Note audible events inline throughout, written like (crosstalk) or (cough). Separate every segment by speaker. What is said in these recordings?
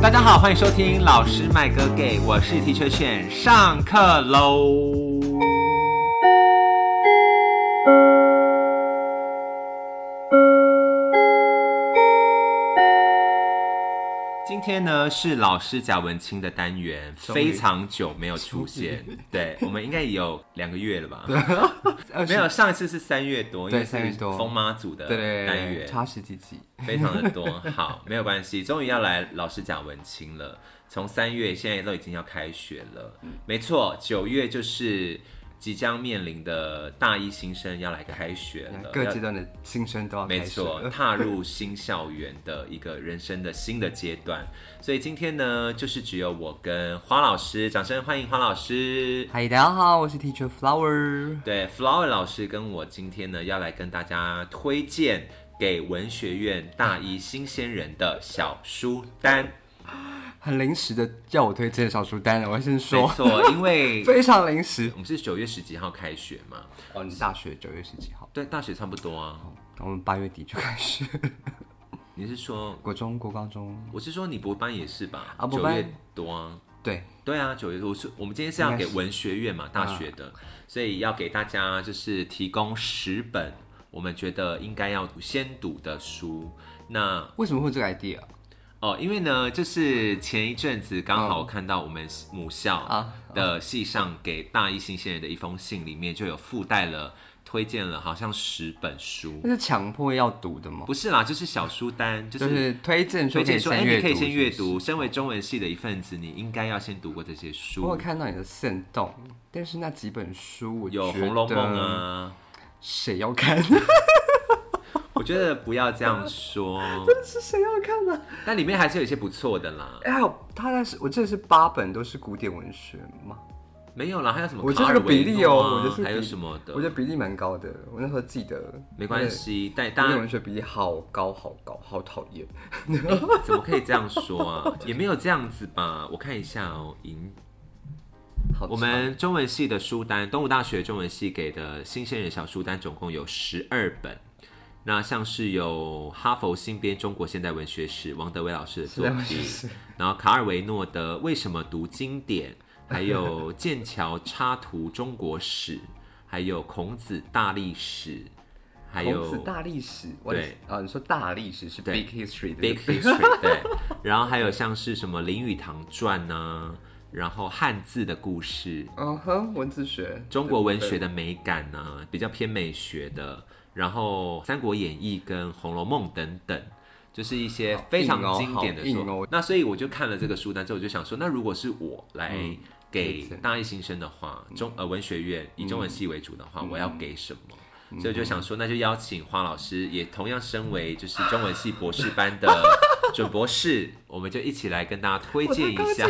Speaker 1: 大家好，欢迎收听老师麦哥给，我是 Teacher 炫，上课喽。今天呢是老师贾文清的单元，
Speaker 2: 终
Speaker 1: 非
Speaker 2: 于
Speaker 1: 常久没有出现，对我们应该也有两个月了
Speaker 2: (laughs)
Speaker 1: 吧？
Speaker 2: 二十
Speaker 1: 没有，上一次是三月多，因
Speaker 2: 对
Speaker 1: 为是
Speaker 2: 三月多
Speaker 1: 风妈组的
Speaker 2: 对对
Speaker 1: 单
Speaker 2: 对
Speaker 1: 元
Speaker 2: 对，，差十几集，
Speaker 1: (laughs) 非常的多。好，没有关系，终于要来老师讲文青了。从三月现在都已经要开学了，没错，九月就是即将面临的大一新生要来开学了，
Speaker 2: (laughs) 各
Speaker 1: 要
Speaker 2: 阶段的新生都要
Speaker 1: 没
Speaker 2: 开始了呃
Speaker 1: 错，踏入新校园的一个人生的新的阶段。所以今天呢，就是只有我跟花老师，掌声欢迎花老师。
Speaker 2: 嗨，大家好，我是 Teacher Flower。
Speaker 1: 对，Flower 老师跟我今天呢要来跟大家推荐给文学院大一新鲜人的小书单。
Speaker 2: 很临时的叫我推荐小书单，我要先
Speaker 1: 没
Speaker 2: 说，
Speaker 1: 错，因为
Speaker 2: (laughs) 非常临时
Speaker 1: 我。们是九月十几号开学嘛，
Speaker 2: 哦，你大学九月十几号，
Speaker 1: 对，大学差不多啊。
Speaker 2: 然后我们八月底就开
Speaker 1: (laughs)
Speaker 2: 始，
Speaker 1: 你是说，
Speaker 2: 国中、国高中，
Speaker 1: 我是说你博班也是吧？
Speaker 2: 啊
Speaker 1: 九
Speaker 2: 博班
Speaker 1: 月多啊。
Speaker 2: 对，
Speaker 1: 对啊，九月多，我是我们今天是要给文学院嘛，大学
Speaker 2: 啊
Speaker 1: 的，所以要给大家就是提供十本我们觉得应该要先读的书。那
Speaker 2: 为什么会有这个 idea
Speaker 1: 哦，因为呢，就是前一阵子刚好看到我们母校
Speaker 2: 啊
Speaker 1: 的系上给大一新鲜人的一封信，里面就有附带了推荐了好像十本书，
Speaker 2: 那是强迫要读的吗？
Speaker 1: 不是啦，就是小书单，就
Speaker 2: 就是是推荐说
Speaker 1: 推
Speaker 2: 可以
Speaker 1: 荐说，哎、
Speaker 2: 先
Speaker 1: 你
Speaker 2: 阅
Speaker 1: 可
Speaker 2: 读，
Speaker 1: 以先阅
Speaker 2: 是不
Speaker 1: 读。身为中文系的一份子，你应该要先读过这些
Speaker 2: 是。我有
Speaker 1: 书，
Speaker 2: 看到你的线动，但是那几本书我
Speaker 1: 有《
Speaker 2: 觉得
Speaker 1: 红楼梦》，啊。
Speaker 2: 谁要看？ (laughs)
Speaker 1: 我觉得不要这样说，
Speaker 2: 是谁要看啊呢、
Speaker 1: 但里面还是有一些不错的啦。
Speaker 2: 哎呦，他那是我记得是八本都是古典文学嘛，
Speaker 1: 没有啦，还有什么
Speaker 2: 我
Speaker 1: 卡
Speaker 2: 这
Speaker 1: 尔
Speaker 2: 个比
Speaker 1: 维
Speaker 2: 例
Speaker 1: 诺
Speaker 2: 哦，
Speaker 1: 啊？
Speaker 2: 我就是
Speaker 1: 还有什么的
Speaker 2: 我？觉得比例蛮高的。我那时候记得，
Speaker 1: 没关，系，但
Speaker 2: 古
Speaker 1: 大家
Speaker 2: 典文学比例好高好高，好讨厌。
Speaker 1: 怎么可以这样说啊？也没有这样子吧？我看一下哦，银
Speaker 2: 好
Speaker 1: 我们中文系的书单，东吴大学中文系给的新鲜人小书单总共有十二本。那像是有哈佛新编《中国现代文学史》王德威老师的作
Speaker 2: 长
Speaker 1: 品，然后卡尔维诺的《为什么读经典》，还有《剑桥插图中国史》，还有《孔子大历史》，还有
Speaker 2: 孔子大历史，我
Speaker 1: 对
Speaker 2: 啊，你说大历史是
Speaker 1: 对
Speaker 2: big history 的
Speaker 1: Big History 对，然后还有像是什么《林语堂传》呐，然后汉字的故事、
Speaker 2: 嗯哼，文字学，
Speaker 1: 中国文学的美感呐、比较偏美学的，然后《三国演义》跟《红楼梦》等等。就是一些非常
Speaker 2: 好硬
Speaker 1: 经
Speaker 2: 哦
Speaker 1: 典的
Speaker 2: 好
Speaker 1: 书，
Speaker 2: 硬哦
Speaker 1: 那所以我就看了这个书单之后，我就想说，那如果是我来给
Speaker 2: 理嗯解嗯
Speaker 1: 大一新生的话，中呃文学院以中文系为主的话，我要给什么？
Speaker 2: 嗯
Speaker 1: 所以就想说，那就邀请花老师，也同样身为就是中文系博士班
Speaker 2: (laughs)
Speaker 1: 的准博士，我们就一起来跟大家推荐一下。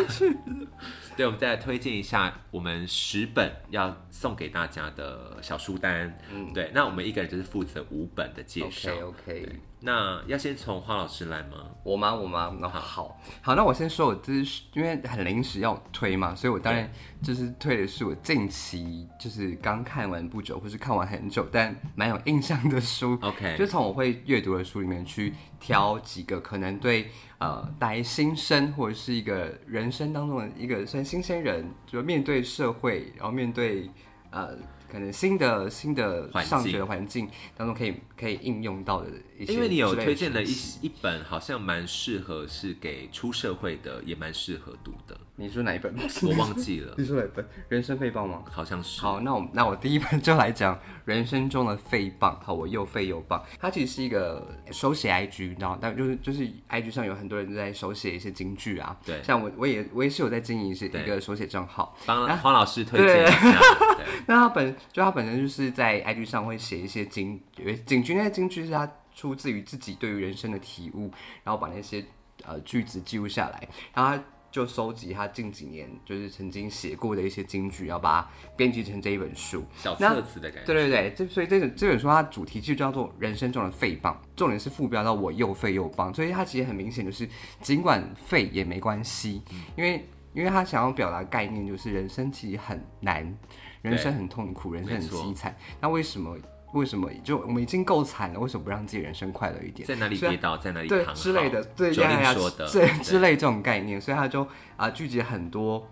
Speaker 1: 对，我们再来推荐一下我们十本要送给大家的小书单。对，那我们一个人就是负责五本的介绍。
Speaker 2: 嗯 OK OK，
Speaker 1: 那要先从花老师来吗？
Speaker 2: 我吗？我吗？
Speaker 1: 嗯
Speaker 2: 那好好，那我先说我这是因为很临时要推嘛，所以我当然就是推的是我近期就是刚看完不久，或是看完很久但蛮有印象
Speaker 1: (laughs)
Speaker 2: 的书。
Speaker 1: OK
Speaker 2: 就从我会阅读的书里面去挑几个可能对呃大一新生或者是一个人生当中的一个算新鲜人，就面对社会，然后面对呃可能新的新的
Speaker 1: 环境
Speaker 2: 上学的环境当中可以可以应用到的一些之
Speaker 1: 因
Speaker 2: 类的书籍，
Speaker 1: 为你有推荐了一一本，好像蛮适合是给出社会的，也蛮适合读
Speaker 2: (laughs)
Speaker 1: 的，
Speaker 2: 你说哪一本？
Speaker 1: 我忘记了，
Speaker 2: 你说哪一本？ (laughs) 人生废棒吗？
Speaker 1: 好像是。
Speaker 2: 好，那我那我第一本就来讲人生中的废棒。好，我又废又棒。它其实是一个手写 IG，然后但就是就是 IG 上有很多人在手写一些京剧啊。
Speaker 1: 对
Speaker 2: 像我我也我也是有在经营一些
Speaker 1: 对
Speaker 2: 一个手写账号。
Speaker 1: 帮花老师推荐一下。
Speaker 2: (laughs)
Speaker 1: 对
Speaker 2: 那他本就他本身就是在 IG 上会写一些警呃警句，那些警句是他出自于自己对于人生的体悟，然后把那些呃句子记录下来，然后他就收集他近几年就是曾经写过的一些金句，然后把它编辑成这一本书。
Speaker 1: 小册子的感觉。
Speaker 2: 对对对，这所以这本这本书它主题就叫做“人生中的废棒”，重点是副标到“我又废又棒”，所以它其实很明显就是，尽管废也没关系，
Speaker 1: 嗯
Speaker 2: 因为因为他想要表达概念就是人生其实很难，人生很痛苦，人生很
Speaker 1: 没错
Speaker 2: 凄惨。那为什么为什么就我们已经够惨了，为什么不让自己人生快乐一点？
Speaker 1: 在哪里
Speaker 2: 所以
Speaker 1: 跌倒，在哪里
Speaker 2: 啊对
Speaker 1: 躺
Speaker 2: 之类
Speaker 1: 好
Speaker 2: 的， (laughs) 对
Speaker 1: 九
Speaker 2: 呀
Speaker 1: 令
Speaker 2: 呀
Speaker 1: 说的，
Speaker 2: 这
Speaker 1: 对
Speaker 2: 之类这种概念，所以他就啊、聚集很多。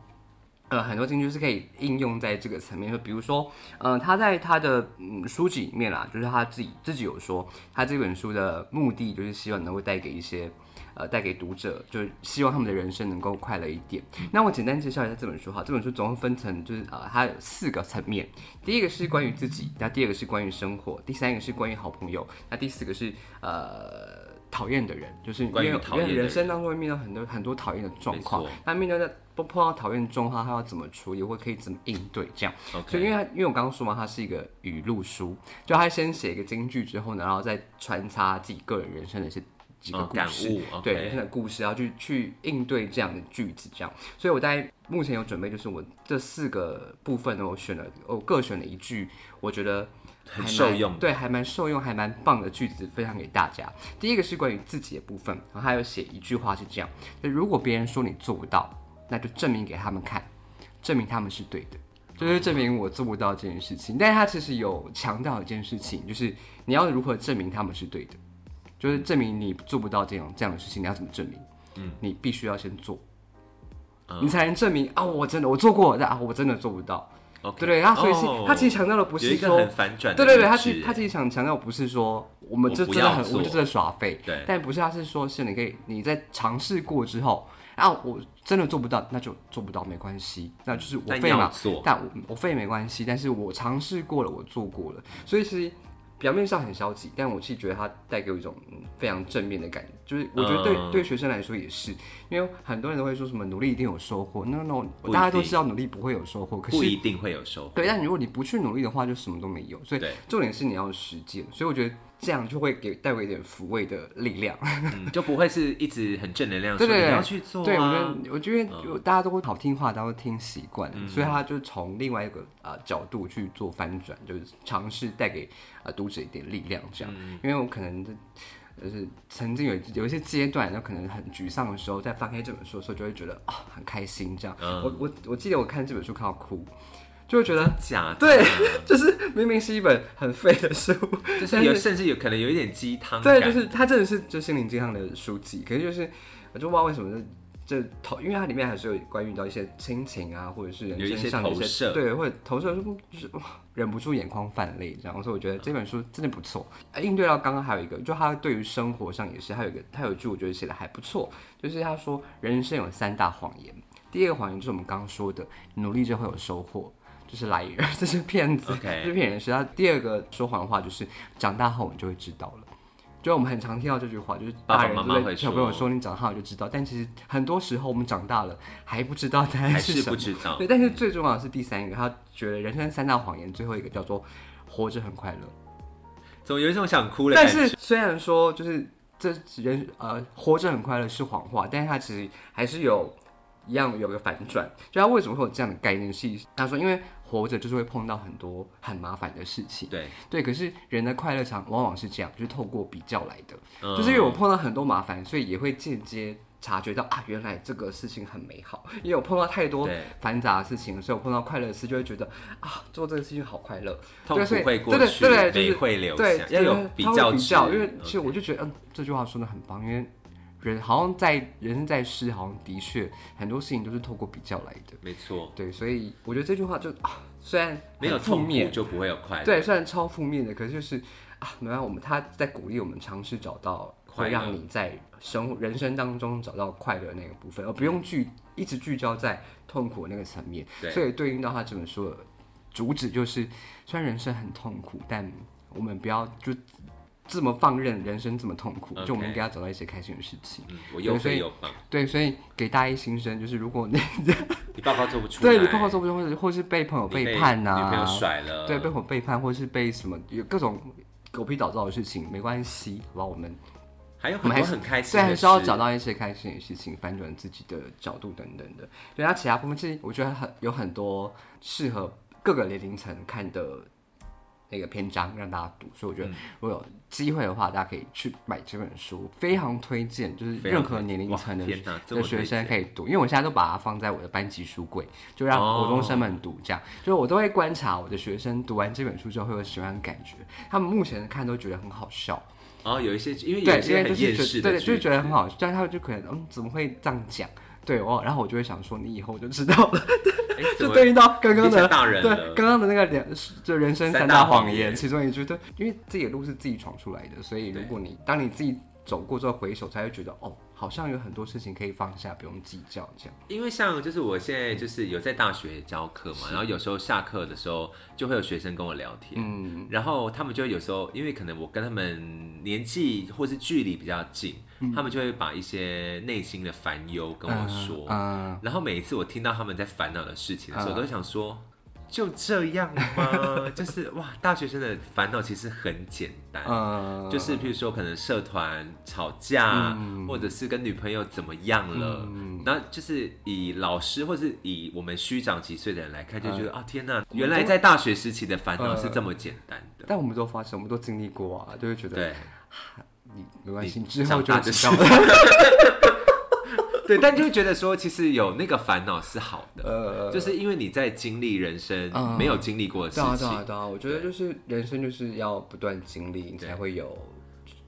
Speaker 2: 呃，很多金句是可以应用在这个层面，就比如说，呃，他在他的嗯书籍里面啦，就是他自己自己有说，他这本书的目的就是希望能够带给一些，呃，带给读者，就是希望他们的人生能够快乐一点。那我简单介绍一下这本书哈，这本书总共分成就是呃，它有四个层面，第一个是关于自己，那第二个是关于生活，第三个是关于好朋友，那第四个是呃讨厌的人，就是因
Speaker 1: 关于
Speaker 2: 为
Speaker 1: 讨
Speaker 2: 因
Speaker 1: 厌的
Speaker 2: 为人
Speaker 1: 人
Speaker 2: 生当中会面到很多很多讨厌的状况
Speaker 1: 没错，
Speaker 2: 那面对到不碰到讨厌的状况，他要怎么处理，或可以怎么应对这样。所
Speaker 1: ，OK，
Speaker 2: 以，因为它因为我刚刚说嘛，它是一个语录书，就他先写一个金句之后呢，然后再穿插自己个人人生的一些几个
Speaker 1: 嗯
Speaker 2: 故
Speaker 1: 感
Speaker 2: 事，
Speaker 1: 悟 OK
Speaker 2: 对人生的故事，然后去去应对这样的句子，这样。所以我在目前有准备，就是我这四个部分呢，我选了，我各选了一句，我觉得还
Speaker 1: 很
Speaker 2: 蛮
Speaker 1: 受用的
Speaker 2: 对，还蛮受用，还蛮棒的句子分享给大家。第一个是关于自己的部分，然后还有写一句话是这样：就如果别人说你做不到，那就证明给他们看，证明他们是对的。就是证明我做不到这件事情，但是他其实有强调一件事情，就是你要如何证明他们是对的。就是证明你做不到这种这样的事情，你要怎么证明？嗯，你必须要先做，
Speaker 1: 嗯
Speaker 2: 你才能证明啊，我真的我做过，但啊，我真的做不到，
Speaker 1: OK，
Speaker 2: 对不对？他所以是、
Speaker 1: 哦
Speaker 2: 他其实强调的不
Speaker 1: 有
Speaker 2: 是
Speaker 1: 一个
Speaker 2: 说
Speaker 1: 很，反转的认
Speaker 2: 对
Speaker 1: 知，
Speaker 2: 对对，他其实他其实想强调不是说我们
Speaker 1: 我
Speaker 2: 这
Speaker 1: 不
Speaker 2: 真的
Speaker 1: 要
Speaker 2: 很我
Speaker 1: 做
Speaker 2: 们就真的耍废，
Speaker 1: 对
Speaker 2: 但不是，他是说是你可以你在尝试过之后。啊，我真的做不到，那就做不到，没关系，那就是我
Speaker 1: 但
Speaker 2: 废
Speaker 1: 要
Speaker 2: 嘛，
Speaker 1: 做，
Speaker 2: 但我我废没关系，但是我尝试过了，我做过了，所以其实表面上很消极，但我其实觉得它带给我一种嗯非常正面的感觉，就是我觉得对、
Speaker 1: 嗯
Speaker 2: 对学生来说也是，因为很多人都会说什么努力一定有收获，no no，
Speaker 1: 不一定
Speaker 2: 大家都知道努力不会有收获，可
Speaker 1: 不
Speaker 2: 是
Speaker 1: 一定会有
Speaker 2: (laughs)
Speaker 1: 收获。
Speaker 2: 对，但如果你不去努力的话，就什么都没有，所以
Speaker 1: 对
Speaker 2: 重点是你要有实践，所以我觉得这样就会给带我一点抚慰的
Speaker 1: (laughs)
Speaker 2: 力量。
Speaker 1: 嗯就不会是一直很正能量，
Speaker 2: 对
Speaker 1: 说
Speaker 2: 对
Speaker 1: 你
Speaker 2: 对
Speaker 1: 要去做、啊。嗯
Speaker 2: 对，我觉得，我觉得有大家都会好听话，大家都听习惯了，所以他就从另外一个呃角度去做翻转，就是尝试带给呃读者一点力量，这样。
Speaker 1: 嗯
Speaker 2: 因为我可能呃就是曾经有有一些阶段，然后可能很沮丧的时候，在翻开这本书的时候，就会觉得啊、很开心这样。
Speaker 1: 嗯
Speaker 2: 我我我记得我看这本书看到哭，就会觉得。
Speaker 1: 假的
Speaker 2: 对，就是明明是一本很废的书，
Speaker 1: 就
Speaker 2: 但
Speaker 1: 是有甚至有可能有一点鸡汤
Speaker 2: 对，
Speaker 1: 感，
Speaker 2: 就是它真的是就心灵鸡汤的书籍，可是就是我就不知道为什么这这投，因为它里面还是有关于到一些亲情啊，或者是人
Speaker 1: 有一
Speaker 2: 生
Speaker 1: 些
Speaker 2: 上的
Speaker 1: 投射
Speaker 2: 对，或者投射就是哇忍不住眼眶泛泪这样，所以我觉得这本书真的不错。呃应对到刚刚还有一个，就他对于生活上也是，他有一个他有一句我觉得写的还不错，就是他说人生有三大谎言，第一个谎言就是我们刚刚说的，努力就会有收获。就是来人， (laughs) 这是骗子
Speaker 1: OK
Speaker 2: 这是骗人的事。他第二个说谎的话就是，长大后你就会知道了。就我们很常听到这句话，就是
Speaker 1: 爸
Speaker 2: 大
Speaker 1: 爸
Speaker 2: 人
Speaker 1: 妈妈
Speaker 2: 对
Speaker 1: 会
Speaker 2: 小朋友
Speaker 1: 说
Speaker 2: 说你长大了就知道，但其实很多时候我们长大了还不知道答案
Speaker 1: 还
Speaker 2: 是
Speaker 1: 是
Speaker 2: 什
Speaker 1: 不
Speaker 2: 么。
Speaker 1: 知道
Speaker 2: 对，。但是最重要的是第三个，他觉得人生三大谎言最后一个叫做活着很快乐。
Speaker 1: 总有一种想哭的
Speaker 2: 但
Speaker 1: 感觉。
Speaker 2: 是虽然说就是这人呃活着很快乐是谎话，但是他其实还是有一样有个反转。就他为什么会有这样的概念？是他说因为活着就是会碰到很多很麻烦的事情。
Speaker 1: 对，
Speaker 2: 对，可是人的快乐常往往是这样，就是透过比较来的。
Speaker 1: 嗯
Speaker 2: 就是因为我碰到很多麻烦，所以也会间接察觉到啊，原来这个事情很美好。因为我碰到太多
Speaker 1: 对
Speaker 2: 繁杂的事情，所以我碰到快乐的事，就会觉得啊，做这个事情好快乐。
Speaker 1: 痛
Speaker 2: 对
Speaker 1: 苦
Speaker 2: 所以
Speaker 1: 会过去，
Speaker 2: 对对对，就是
Speaker 1: 美会留
Speaker 2: 对
Speaker 1: 下，，
Speaker 2: 对
Speaker 1: 要
Speaker 2: 对
Speaker 1: 有
Speaker 2: 它
Speaker 1: 比
Speaker 2: 会
Speaker 1: 较
Speaker 2: 比
Speaker 1: 值
Speaker 2: 较，因为
Speaker 1: 嗯
Speaker 2: 其实我就觉得，嗯，这句话说的很棒，因为人好像在人生在世，好像的确很多事情都是透过比较来的。
Speaker 1: 没错，
Speaker 2: 对，所以我觉得这句话就啊，虽然
Speaker 1: 没有
Speaker 2: 很负
Speaker 1: 痛
Speaker 2: 面
Speaker 1: 苦，就不会有快乐。
Speaker 2: 对，虽然超负面的，可是就是啊，没办法，我们他在鼓励我们尝试找到
Speaker 1: 快乐
Speaker 2: 会让你在生活人生当中找到快乐那个部分，而不用聚一直聚焦在痛苦那个层面。
Speaker 1: 嗯对
Speaker 2: 所以对应到他这本书的主旨就是，虽然人生很痛苦，但我们不要就这么放任人生这么痛苦就我
Speaker 1: OK
Speaker 2: 们应该要找到一些开心的事情。
Speaker 1: 嗯，我又
Speaker 2: 所
Speaker 1: 肥
Speaker 2: 以
Speaker 1: 又棒，
Speaker 2: 对，所以给大一新生就是，如果你
Speaker 1: 你报告做不出来，
Speaker 2: 对你碰到做不中，或者或是被朋友
Speaker 1: 你被
Speaker 2: 背叛啊呐、
Speaker 1: 女朋友甩了，
Speaker 2: 对，被我背叛，或是被什么有各种狗屁倒灶的事情，没关系，好吧？我们
Speaker 1: 还有
Speaker 2: 我
Speaker 1: 很
Speaker 2: 们还
Speaker 1: 多
Speaker 2: 是
Speaker 1: 很开
Speaker 2: 虽
Speaker 1: 心的事，
Speaker 2: 然是要找到一些开心的事情，翻转自己的角度等等的。对，那其他部分其实我觉得很有很多适合各个年龄层看的那个篇章让大家读，所以我觉
Speaker 1: 嗯
Speaker 2: 得如果有机会的话，大家可以去买这本书，非常推荐，就是
Speaker 1: 非常
Speaker 2: 任何年龄
Speaker 1: 哇
Speaker 2: 层的
Speaker 1: 天哪这
Speaker 2: 的
Speaker 1: 么
Speaker 2: 学
Speaker 1: 推
Speaker 2: 生
Speaker 1: 荐
Speaker 2: 可以读，因为我现在都把它放在我的班级书柜，就让
Speaker 1: 哦
Speaker 2: 国中生们读，这样，就是我都会观察我的学生读完这本书之后会有什么样的感觉，他们目前看都觉得很好笑，
Speaker 1: 然哦后有一些因为有一，
Speaker 2: 对因
Speaker 1: 些
Speaker 2: 为就
Speaker 1: 很厌
Speaker 2: 是
Speaker 1: 世
Speaker 2: 觉
Speaker 1: 的哎
Speaker 2: 得，
Speaker 1: 句子，
Speaker 2: 对，就是觉得很好，但他们就可能嗯，怎么会这样讲？对哦，然后我就会想说，你以后就知道了，
Speaker 1: 哎怎
Speaker 2: 就
Speaker 1: 么
Speaker 2: 对应到刚
Speaker 1: 变
Speaker 2: 刚的
Speaker 1: 成大人
Speaker 2: 对
Speaker 1: 了
Speaker 2: 刚刚的那个人就人生
Speaker 1: 三
Speaker 2: 三
Speaker 1: 大
Speaker 2: 大
Speaker 1: 谎
Speaker 2: 谎言
Speaker 1: 言
Speaker 2: 其中一句，对，因为自己的路是自己闯出来的，所以如
Speaker 1: 对
Speaker 2: 果你当你自己走过之后回首，才会觉得哦，好像有很多事情可以放下，不用计较这样。
Speaker 1: 因为像就是我现在就是有在大学教课嘛，然后有时候下课的时候就会有学生跟我聊天，嗯，然后他们就有时候因为可能我跟他们年纪或是距离比较近，他们就会把一些内心的烦忧跟我说，
Speaker 2: 嗯嗯，
Speaker 1: 然后每一次我听到他们在烦恼的事情的时候，
Speaker 2: 嗯
Speaker 1: 我都会想说。就这样吗？ (laughs) 就是哇，大学生的烦恼其实很简单，
Speaker 2: 嗯，
Speaker 1: 就是譬如说可能社团吵架，或者是跟女朋友怎么样了，
Speaker 2: 嗯
Speaker 1: 那就是以老师或是以我们虚长几岁的人来看，就
Speaker 2: 嗯
Speaker 1: 觉得、啊天哪，原来在大学时期的烦恼是这么简单的。
Speaker 2: 但我们都发生，我们都经历过啊，就会觉得
Speaker 1: 对
Speaker 2: 你没关系，
Speaker 1: 你
Speaker 2: 之后
Speaker 1: 长大就
Speaker 2: 就知道了。
Speaker 1: 对，但就会觉得说，其实有那个烦恼是好的，
Speaker 2: 呃
Speaker 1: 就是因为你在经历人生、
Speaker 2: 嗯
Speaker 1: 没有经历过的事
Speaker 2: (laughs) 对啊，对
Speaker 1: 情
Speaker 2: 啊，，对啊，我觉得就是人生就是要不断经历，你才会有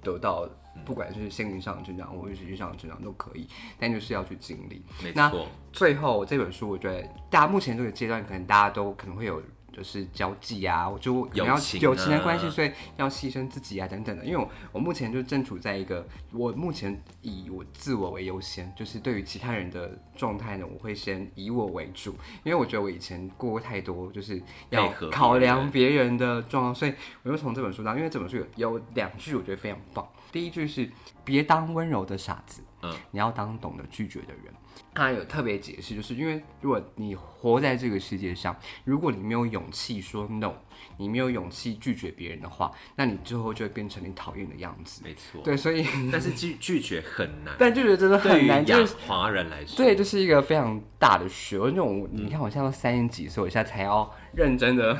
Speaker 2: 得到，不管是心灵上的成长或者是情上的成长都可以，但就是要去经历。
Speaker 1: 没
Speaker 2: 那
Speaker 1: 错，
Speaker 2: 最后这本书，我觉得大家目前这个阶段，可能大家都可能会有。就是交际啊，就可能要
Speaker 1: 友情啊
Speaker 2: 友情的关系，所以要牺牲自己啊，等等的。因为我我目前就正处在一个，我目前以我自我为优先，就是对于其他人的状态呢，我会先以我为主，因为我觉得我以前过过太多，就是要
Speaker 1: 配合别人
Speaker 2: 考量别人的状况，所以我就从这本书当，因为这本书有有两句我觉得非常棒，第一句是别当温柔的傻子，
Speaker 1: 嗯，
Speaker 2: 你要当懂得拒绝的人。他有特别解释，就是因为如果你活在这个世界上，如果你没有勇气说 no，你没有勇气拒绝别人的话，那你最后就会变成你讨厌的样子。
Speaker 1: 没错。
Speaker 2: 对，所以 (laughs)
Speaker 1: 但是拒拒绝很难，
Speaker 2: 但拒绝真的
Speaker 1: 对
Speaker 2: 很
Speaker 1: 于
Speaker 2: 难，就
Speaker 1: 亚
Speaker 2: 是
Speaker 1: 华人来说，
Speaker 2: 对，这是一个非常大的学问。那种你看，我现在都三十几岁，我现在才要认真的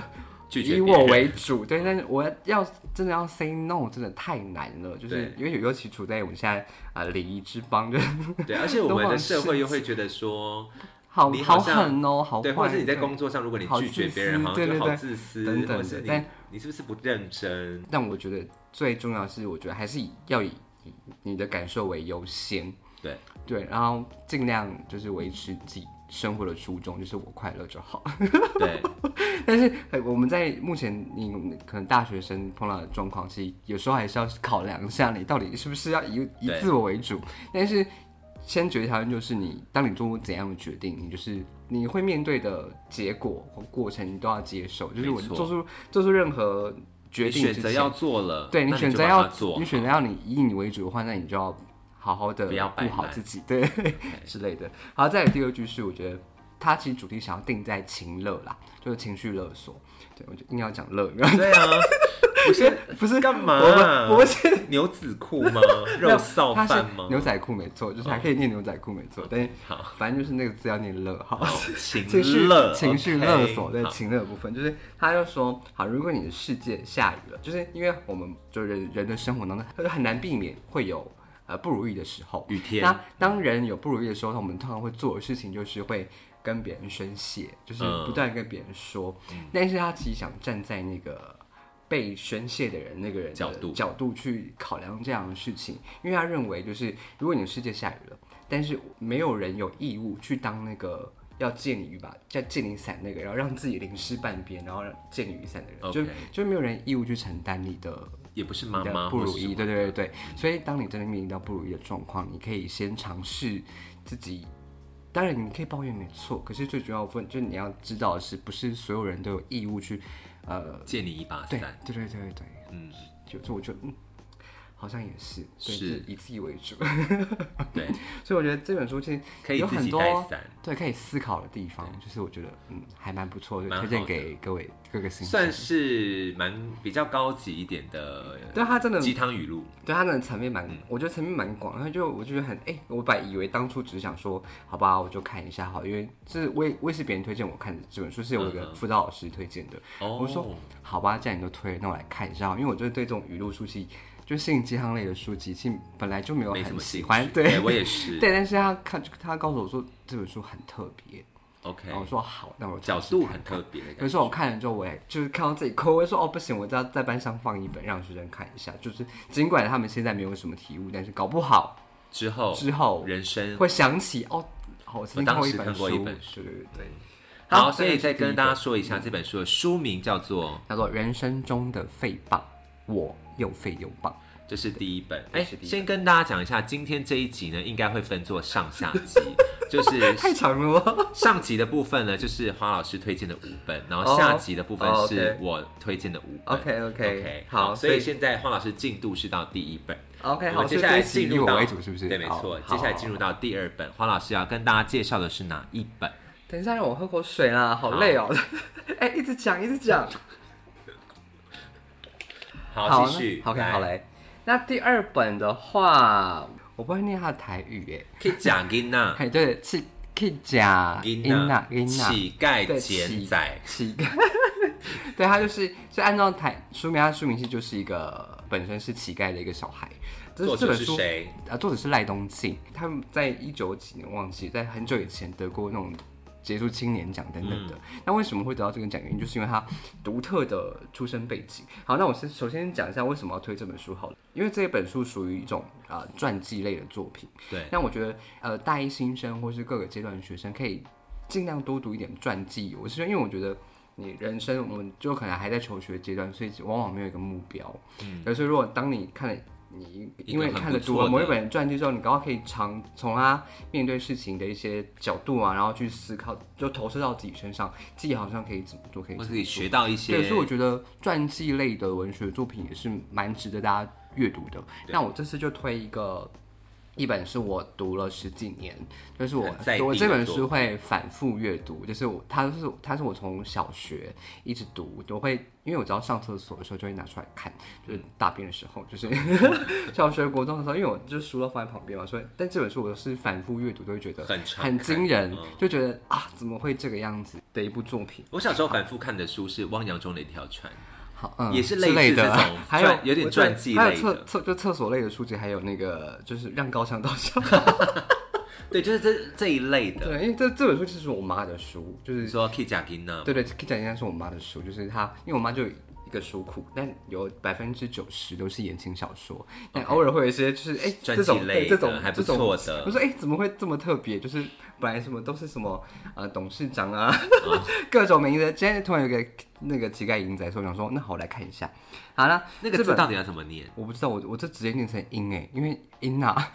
Speaker 1: 拒绝
Speaker 2: 以
Speaker 1: 别人 (laughs)
Speaker 2: 我为主，对，但是我要真的要 say no，真的太难了，就是
Speaker 1: 对
Speaker 2: 因为尤其处在我们现在啊礼仪之邦，就是
Speaker 1: 对，而且我们
Speaker 2: 都
Speaker 1: 的
Speaker 2: 往
Speaker 1: 社会又会觉得说，
Speaker 2: 好
Speaker 1: 你好像
Speaker 2: 狠哦，好
Speaker 1: 对，
Speaker 2: 坏，
Speaker 1: 或者是你在
Speaker 2: 对
Speaker 1: 工作上，如果你
Speaker 2: 好
Speaker 1: 拒绝
Speaker 2: 自
Speaker 1: 别人，
Speaker 2: 私
Speaker 1: 好
Speaker 2: 对
Speaker 1: 像
Speaker 2: 对
Speaker 1: 就
Speaker 2: 对
Speaker 1: 好自私，
Speaker 2: 等等
Speaker 1: 或者
Speaker 2: 的
Speaker 1: 是你
Speaker 2: 但
Speaker 1: 你是不是不认真？
Speaker 2: 但我觉得最重要的是，我觉得还是以要以你你的感受为优先，
Speaker 1: 对
Speaker 2: (laughs) 对，然后尽量就是维持自己生活的初衷，就是我快乐就好。 (laughs)
Speaker 1: 对，
Speaker 2: 但是呃我们在目前你可能大学生碰到的状况，其实有时候还是要考量一下你到底是不是要以以
Speaker 1: 对
Speaker 2: 自我为主，但是。先决条件就是你，当你做出怎样的决定，你就是你会面对的结果和过程，你都要接受。就是我
Speaker 1: 没错
Speaker 2: 做出做出任何决
Speaker 1: 你
Speaker 2: 定
Speaker 1: 选
Speaker 2: 之
Speaker 1: 择
Speaker 2: 前
Speaker 1: 要做了，
Speaker 2: 对
Speaker 1: 那
Speaker 2: 你
Speaker 1: 你
Speaker 2: 选
Speaker 1: 就
Speaker 2: 择
Speaker 1: 把
Speaker 2: 要
Speaker 1: 它做
Speaker 2: 你选择要你以你为主的话，那你就要好好的
Speaker 1: 不要摆
Speaker 2: 顾好
Speaker 1: 烂
Speaker 2: 自己，对 (laughs) 之类的。好，再有第二句是，我觉得它其实主题想要定在情乐啦，就是情绪勒索。对我就硬要讲乐， (laughs)
Speaker 1: 好对啊，我先
Speaker 2: 不是
Speaker 1: 干嘛
Speaker 2: 我们我们是
Speaker 1: (laughs) 牛子裤吗？
Speaker 2: (laughs) 没
Speaker 1: 肉
Speaker 2: 有
Speaker 1: 臊
Speaker 2: 它是
Speaker 1: 饭吗？哦
Speaker 2: 牛仔裤没错，就是还可以念牛仔裤没错，但是
Speaker 1: 好
Speaker 2: 反正就是那个字要念乐好。 (laughs)
Speaker 1: 情
Speaker 2: 情绪
Speaker 1: 勒，
Speaker 2: 情绪
Speaker 1: OK，
Speaker 2: 勒索对
Speaker 1: 好
Speaker 2: 情勒的部分，就是他就说，好，如果你的世界下雨了，就是因为我们就人人的生活当中就是很难避免会有呃不如意的时候。
Speaker 1: 雨天
Speaker 2: 那当人有不如意的时候，我们通常会做的事情就是会跟别人宣泄，就是
Speaker 1: 嗯
Speaker 2: 不断地跟别人说，但是他其实想站在那个。被宣泄的人，那个人的
Speaker 1: 角度
Speaker 2: 角度去考量这样的事情，因为他认为就是，如果你的世界下雨了，但是没有人有义务去当那个要借你雨把、要借你伞那个，然后让自己淋湿半边，然后让借你雨伞的人
Speaker 1: OK
Speaker 2: 就就没有人义务去承担你的
Speaker 1: 也不是
Speaker 2: 你
Speaker 1: 妈
Speaker 2: 的
Speaker 1: 妈
Speaker 2: 不
Speaker 1: 或
Speaker 2: 如
Speaker 1: 是
Speaker 2: 意，
Speaker 1: 什么
Speaker 2: 对对对对。所以当你真的面临到不如意的状况，你可以先尝试自己。当然，你可以抱怨没错，可是最主要的问就是你要知道的是，不是所有人都有义务去，呃，
Speaker 1: 借你一把
Speaker 2: 对
Speaker 1: 伞，
Speaker 2: 对对对对，
Speaker 1: 嗯，
Speaker 2: 就就我觉得，嗯，好像也是，对
Speaker 1: 是
Speaker 2: 就以自己为主。
Speaker 1: 对，
Speaker 2: (laughs) 所以我觉得这本书其实
Speaker 1: 可以
Speaker 2: 有
Speaker 1: 自
Speaker 2: 很
Speaker 1: 己
Speaker 2: 多
Speaker 1: 带伞，
Speaker 2: 对可以思考的地方，就是我觉得嗯还蛮不错，就
Speaker 1: 蛮
Speaker 2: 推荐
Speaker 1: 好的
Speaker 2: 给各位各个新手。
Speaker 1: 算是蛮比较高级一点的
Speaker 2: 对它真的
Speaker 1: 鸡汤语录。
Speaker 2: 对他的层面蛮，
Speaker 1: 嗯
Speaker 2: 我觉得层面蛮广，然后就我就觉得很哎、我本来以为当初只是想说，好吧，我就看一下好，因为这我也我也是别人推荐我看的这本书，是有
Speaker 1: 嗯
Speaker 2: 一个
Speaker 1: 哼
Speaker 2: 辅导老师推荐的，
Speaker 1: 哦，
Speaker 2: 我说好吧，既然你都推了，那我来看一下好，因为我觉得对这种语录书籍，就是心灵鸡汤类的书籍，其实本来就没有
Speaker 1: 没什
Speaker 2: 很
Speaker 1: 么兴
Speaker 2: 喜
Speaker 1: 趣
Speaker 2: 欢，
Speaker 1: 对
Speaker 2: 对
Speaker 1: 我也是。
Speaker 2: 对，但是他看他告诉我说这本书很特别，
Speaker 1: OK，
Speaker 2: 然后我说好，那我
Speaker 1: 角
Speaker 2: 尝试
Speaker 1: 度
Speaker 2: 看
Speaker 1: 很特别的
Speaker 2: 有
Speaker 1: 感
Speaker 2: 时候我看了之后，我也就是看到自己抠，我会说哦不行，我要在班上放一本让学生看一下。就是尽管他们现在没有什么体悟，但是搞不好
Speaker 1: 觉。之后，
Speaker 2: 之后
Speaker 1: 人生
Speaker 2: 会想起哦，好，我曾经
Speaker 1: 我哦当
Speaker 2: 看过一
Speaker 1: 时
Speaker 2: 本
Speaker 1: 看过
Speaker 2: 书，
Speaker 1: 一本
Speaker 2: 对对对，好
Speaker 1: 好，所
Speaker 2: 这
Speaker 1: 以
Speaker 2: 个是
Speaker 1: 再
Speaker 2: 第一嗯
Speaker 1: 跟
Speaker 2: 个
Speaker 1: 大家说一下，这本书的书名叫做
Speaker 2: 叫做《人生中的废棒》，我又废又
Speaker 1: (laughs)
Speaker 2: 棒。
Speaker 1: 这是第一本。
Speaker 2: 这
Speaker 1: 哎
Speaker 2: 是第，一本
Speaker 1: 先跟大家讲一下，今天这一集呢，应该会分作上下集，
Speaker 2: (laughs)
Speaker 1: 就是
Speaker 2: 太长了吗？
Speaker 1: 上集的部分呢，就是花老师推荐的五本，然后下集的部分
Speaker 2: 哦哦
Speaker 1: 是
Speaker 2: OK
Speaker 1: 我推荐的五本。
Speaker 2: OK，OK，
Speaker 1: OK，
Speaker 2: 好
Speaker 1: 好，所以
Speaker 2: 所以
Speaker 1: 现在花老师进度是到第一本。
Speaker 2: OK，
Speaker 1: 我
Speaker 2: 好，
Speaker 1: 们接
Speaker 2: 所以
Speaker 1: 下
Speaker 2: 这
Speaker 1: 来
Speaker 2: 一集
Speaker 1: 进
Speaker 2: 以
Speaker 1: 入
Speaker 2: 我
Speaker 1: 到
Speaker 2: 为主，是不是？
Speaker 1: 对，没
Speaker 2: 好
Speaker 1: 错。
Speaker 2: 好
Speaker 1: 接下来进入到第二本，花老师要跟大家介绍的是哪一本？
Speaker 2: 等一下，让我喝口水啦，好累哦。 (laughs) 哎，一直讲，一直讲。
Speaker 1: 好，继
Speaker 2: 那
Speaker 1: 续。
Speaker 2: OK，好，嘞。那第二本的话，我不会念它的台语哎。
Speaker 1: 可以讲给娜。 (laughs)
Speaker 2: 哎，对，是 K 甲
Speaker 1: 囡
Speaker 2: 娜
Speaker 1: 娜，
Speaker 2: 英娜
Speaker 1: 乞丐
Speaker 2: 对
Speaker 1: 简
Speaker 2: 乞
Speaker 1: 仔，
Speaker 2: 乞丐， (laughs) 对他就是是按照台书名，他书名是就是一个本身是乞丐的一个小孩。这
Speaker 1: 作
Speaker 2: 这
Speaker 1: 者
Speaker 2: 本
Speaker 1: 是
Speaker 2: 书
Speaker 1: 谁？
Speaker 2: 啊，作者是赖东进，他们在一九几年忘记，在很久以前得过那种杰出青年奖等等的。
Speaker 1: 嗯
Speaker 2: 那为什么会得到这个奖？原因就是因为他独特的出身背景。好，那我先首先讲一下为什么要推这本书好了，因为这本书属于一种啊、呃传记类的作品。
Speaker 1: 对，
Speaker 2: 那我觉得呃大一新生或是各个阶段的学生可以尽量多读一点传记。我是因为我觉得。你人生，我们就可能还在求学阶段，所以往往没有一个目标。嗯，所以如果当你看了你，
Speaker 1: 一个
Speaker 2: 因为
Speaker 1: 很
Speaker 2: 看了
Speaker 1: 不
Speaker 2: 读
Speaker 1: 错
Speaker 2: 了某一
Speaker 1: 的
Speaker 2: 本传记之后，你刚好可以常从他面对事情的一些角度啊，然后去思考，就投射到自己身上，自己好像可以怎么做，可以
Speaker 1: 我
Speaker 2: 怎
Speaker 1: 自己
Speaker 2: 么做
Speaker 1: 学到一
Speaker 2: 对，
Speaker 1: 些
Speaker 2: 所以我觉得传记类的文学作品也是蛮值得大家阅读的。那我这次就推一个一本是我读了十几年，就是我
Speaker 1: 很在地的
Speaker 2: 我这本
Speaker 1: 作
Speaker 2: 书会反复阅读，就是我它是它是我从小学一直读，我会因为我只要上厕所的时候就会拿出来看，就是大便的时候，就是 (laughs) 小学国中的时候，因为我就是书都放在旁边嘛，所以但这本书我是反复阅读，都会觉得
Speaker 1: 很常
Speaker 2: 很
Speaker 1: 看
Speaker 2: 惊人
Speaker 1: 嗯，
Speaker 2: 就觉得啊怎么会这个样子的一部作品。
Speaker 1: 我小时候反复看的书是《汪洋中的一条船》，
Speaker 2: 好，嗯，
Speaker 1: 也是类
Speaker 2: 类
Speaker 1: 似这种
Speaker 2: 的，
Speaker 1: (laughs)
Speaker 2: 啊还有
Speaker 1: 传有点
Speaker 2: 我觉得
Speaker 1: 传记
Speaker 2: 还
Speaker 1: 类
Speaker 2: 有厕
Speaker 1: 的
Speaker 2: 厕就厕所类的书籍，还有那个就是让高墙倒
Speaker 1: (laughs)
Speaker 2: 下。
Speaker 1: 对，就是这这一类的。
Speaker 2: 对，因为这这本书就是我妈的书，就
Speaker 1: 你
Speaker 2: 是
Speaker 1: 说 K 甲 K 呢？
Speaker 2: 对对，可以讲应该是我妈的书，就是她，因为我妈就有一个书库，但有百分之九十都是言情小说，但偶尔会有一些就是哎、
Speaker 1: 传
Speaker 2: 这种
Speaker 1: 记类
Speaker 2: 对
Speaker 1: 的
Speaker 2: 这种
Speaker 1: 还不
Speaker 2: 这种
Speaker 1: 错的
Speaker 2: 我说哎、怎么会这么特别？就是本来什么都是什么呃董事长啊， (laughs) 各种名字，今天突然有一个那个乞丐营仔说，我想说那好我来看一下，好了，
Speaker 1: 那个
Speaker 2: 这
Speaker 1: 字
Speaker 2: 本。
Speaker 1: 到底要怎么念？
Speaker 2: 我不知道，我我这直接念成音哎，因为音呐、
Speaker 1: (laughs)
Speaker 2: 啊，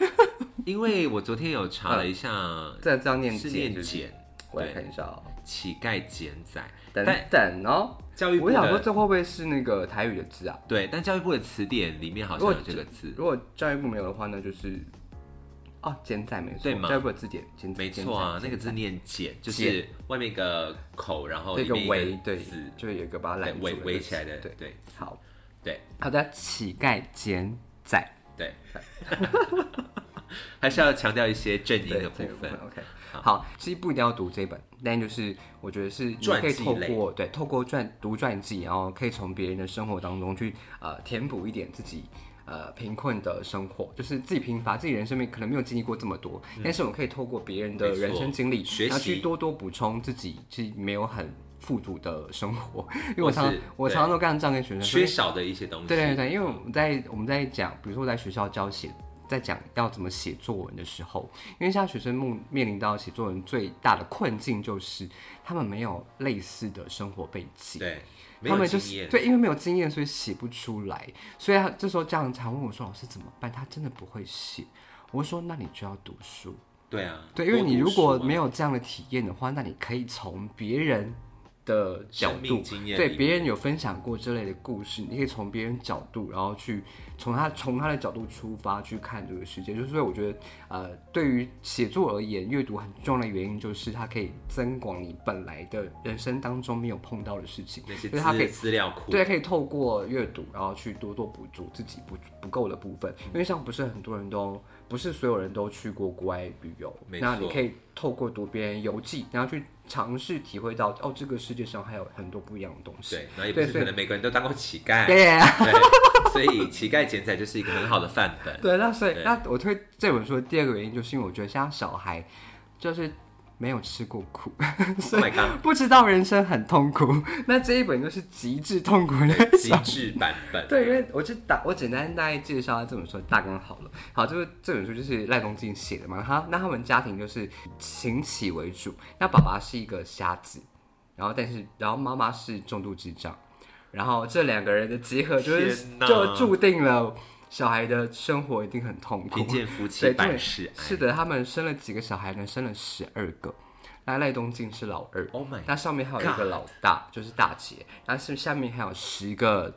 Speaker 1: 因为我昨天有查了一下，
Speaker 2: 这这样念
Speaker 1: 是
Speaker 2: 简
Speaker 1: 念
Speaker 2: 就是
Speaker 1: 简，
Speaker 2: 我来
Speaker 1: 对，
Speaker 2: 看一下哦、
Speaker 1: 乞丐简仔。
Speaker 2: 等
Speaker 1: 但
Speaker 2: 等哦、
Speaker 1: 教育部
Speaker 2: 我想说
Speaker 1: 的
Speaker 2: 这会不会是那个台语的字啊？
Speaker 1: 对，但教育部的词典里面好像有这个字，
Speaker 2: 如果教育部没有的话，那就是哦，简仔没错
Speaker 1: 对，嘛
Speaker 2: 教育部的字典，简
Speaker 1: 没错啊，那个字
Speaker 2: 字
Speaker 1: 念简，就是外面一个口，然后
Speaker 2: 那
Speaker 1: 里
Speaker 2: 个
Speaker 1: 面一
Speaker 2: 围
Speaker 1: 个
Speaker 2: 对
Speaker 1: 字，，
Speaker 2: 就有一个把它
Speaker 1: 对
Speaker 2: 拦住
Speaker 1: 围
Speaker 2: 的
Speaker 1: 围
Speaker 2: 那个
Speaker 1: 起来
Speaker 2: 字
Speaker 1: 的，
Speaker 2: 对，
Speaker 1: 对
Speaker 2: 好
Speaker 1: 对
Speaker 2: 好的，乞丐简仔
Speaker 1: 对， (laughs) 还是要强调一些正音
Speaker 2: 对
Speaker 1: 的
Speaker 2: 这
Speaker 1: 部
Speaker 2: 个部
Speaker 1: 分
Speaker 2: 分。OK，好，其实不一定要读这一本，但就是我觉得是你
Speaker 1: 传
Speaker 2: 可以
Speaker 1: 记
Speaker 2: 透
Speaker 1: 类
Speaker 2: 过对透过传读传记，然后可以从别人的生活当中去呃填补一点自己。呃，贫困的生活就是自己贫乏，自己人生面可能没有经历过这么多，但是我们可以透过别人的
Speaker 1: 嗯没错
Speaker 2: 人生经历，
Speaker 1: 学习
Speaker 2: 然后去多多补充自己其实没有很富足的生活。因为我
Speaker 1: 或是
Speaker 2: 常我
Speaker 1: 对
Speaker 2: 常常都跟这样跟学生说
Speaker 1: 缺，少的一些东西。
Speaker 2: 对对对，因为我们在我们在讲，比如说我在学校教写，在讲要怎么写作文的时候，因为现在学生目面临到写作文最大的困境就是他们没有类似的生活背景，
Speaker 1: 对，没
Speaker 2: 他
Speaker 1: 有
Speaker 2: 们就
Speaker 1: 经
Speaker 2: 是
Speaker 1: 验。
Speaker 2: 对，因为没有经验，所以写不出来。所以他这时候家长常问我说：“老师怎么办？他真的不会写。”我说：“那你就要读书。”
Speaker 1: 对啊，
Speaker 2: 对，因为
Speaker 1: 多
Speaker 2: 你
Speaker 1: 读
Speaker 2: 如果
Speaker 1: 书啊
Speaker 2: 没有这样的体验的话，那你可以从别人的角
Speaker 1: 生
Speaker 2: 度
Speaker 1: 命，经验里
Speaker 2: 对
Speaker 1: 面
Speaker 2: 别人有分享过这类的故事，你可以从别人角度，然后去从他从他的角度出发去看这个世界。就是所以我觉得，呃，对于写作而言，阅读很重要的原因就是它可以增广你本来的人生当中没有碰到的事情，
Speaker 1: 那些
Speaker 2: 就是它可以
Speaker 1: 资资料库，
Speaker 2: 对，可以透过阅读，然后去多多补足自己不不够的部分。因为像不是很多人都，不是所有人都去过国外旅游，
Speaker 1: 没
Speaker 2: 那
Speaker 1: 错
Speaker 2: 你可以透过读别人游记，然后去尝试体会到，哦，这个世界上还有很多不一样的东西。
Speaker 1: 对，然后也不是
Speaker 2: 对所以
Speaker 1: 可能每个人都当过乞丐，
Speaker 2: 对呀、 (laughs)
Speaker 1: 对，所以乞丐剪彩就是一个很好的范本。
Speaker 2: (laughs) 对，那所以
Speaker 1: 对
Speaker 2: 那我推这本书的第二个原因，就是因为我觉得像小孩，就是没有吃过苦， (laughs)
Speaker 1: Oh my god，
Speaker 2: 不知道人生很痛苦。 (laughs) 那这一本就是极致痛苦的
Speaker 1: 极致版本。
Speaker 2: 对，因为我就打我简单大概介绍一下这本书的大纲好了。好，就是这本书就是赖东进写的嘛。他那他们家庭就是行乞为主，那爸爸是一个瞎子，然后但是然后妈妈是重度智障，然后这两个人的结合就是
Speaker 1: 天哪
Speaker 2: 就注定了小孩的生活一定很痛苦
Speaker 1: 贫。贱夫妻
Speaker 2: 对，
Speaker 1: 百
Speaker 2: 对，
Speaker 1: 事哀。
Speaker 2: 是的，他们生了几个小孩呢？生了十二个。那赖东进是老二，
Speaker 1: Oh my
Speaker 2: 那上面还有一个
Speaker 1: God
Speaker 2: 老大，就是大姐，然后是下面还有十个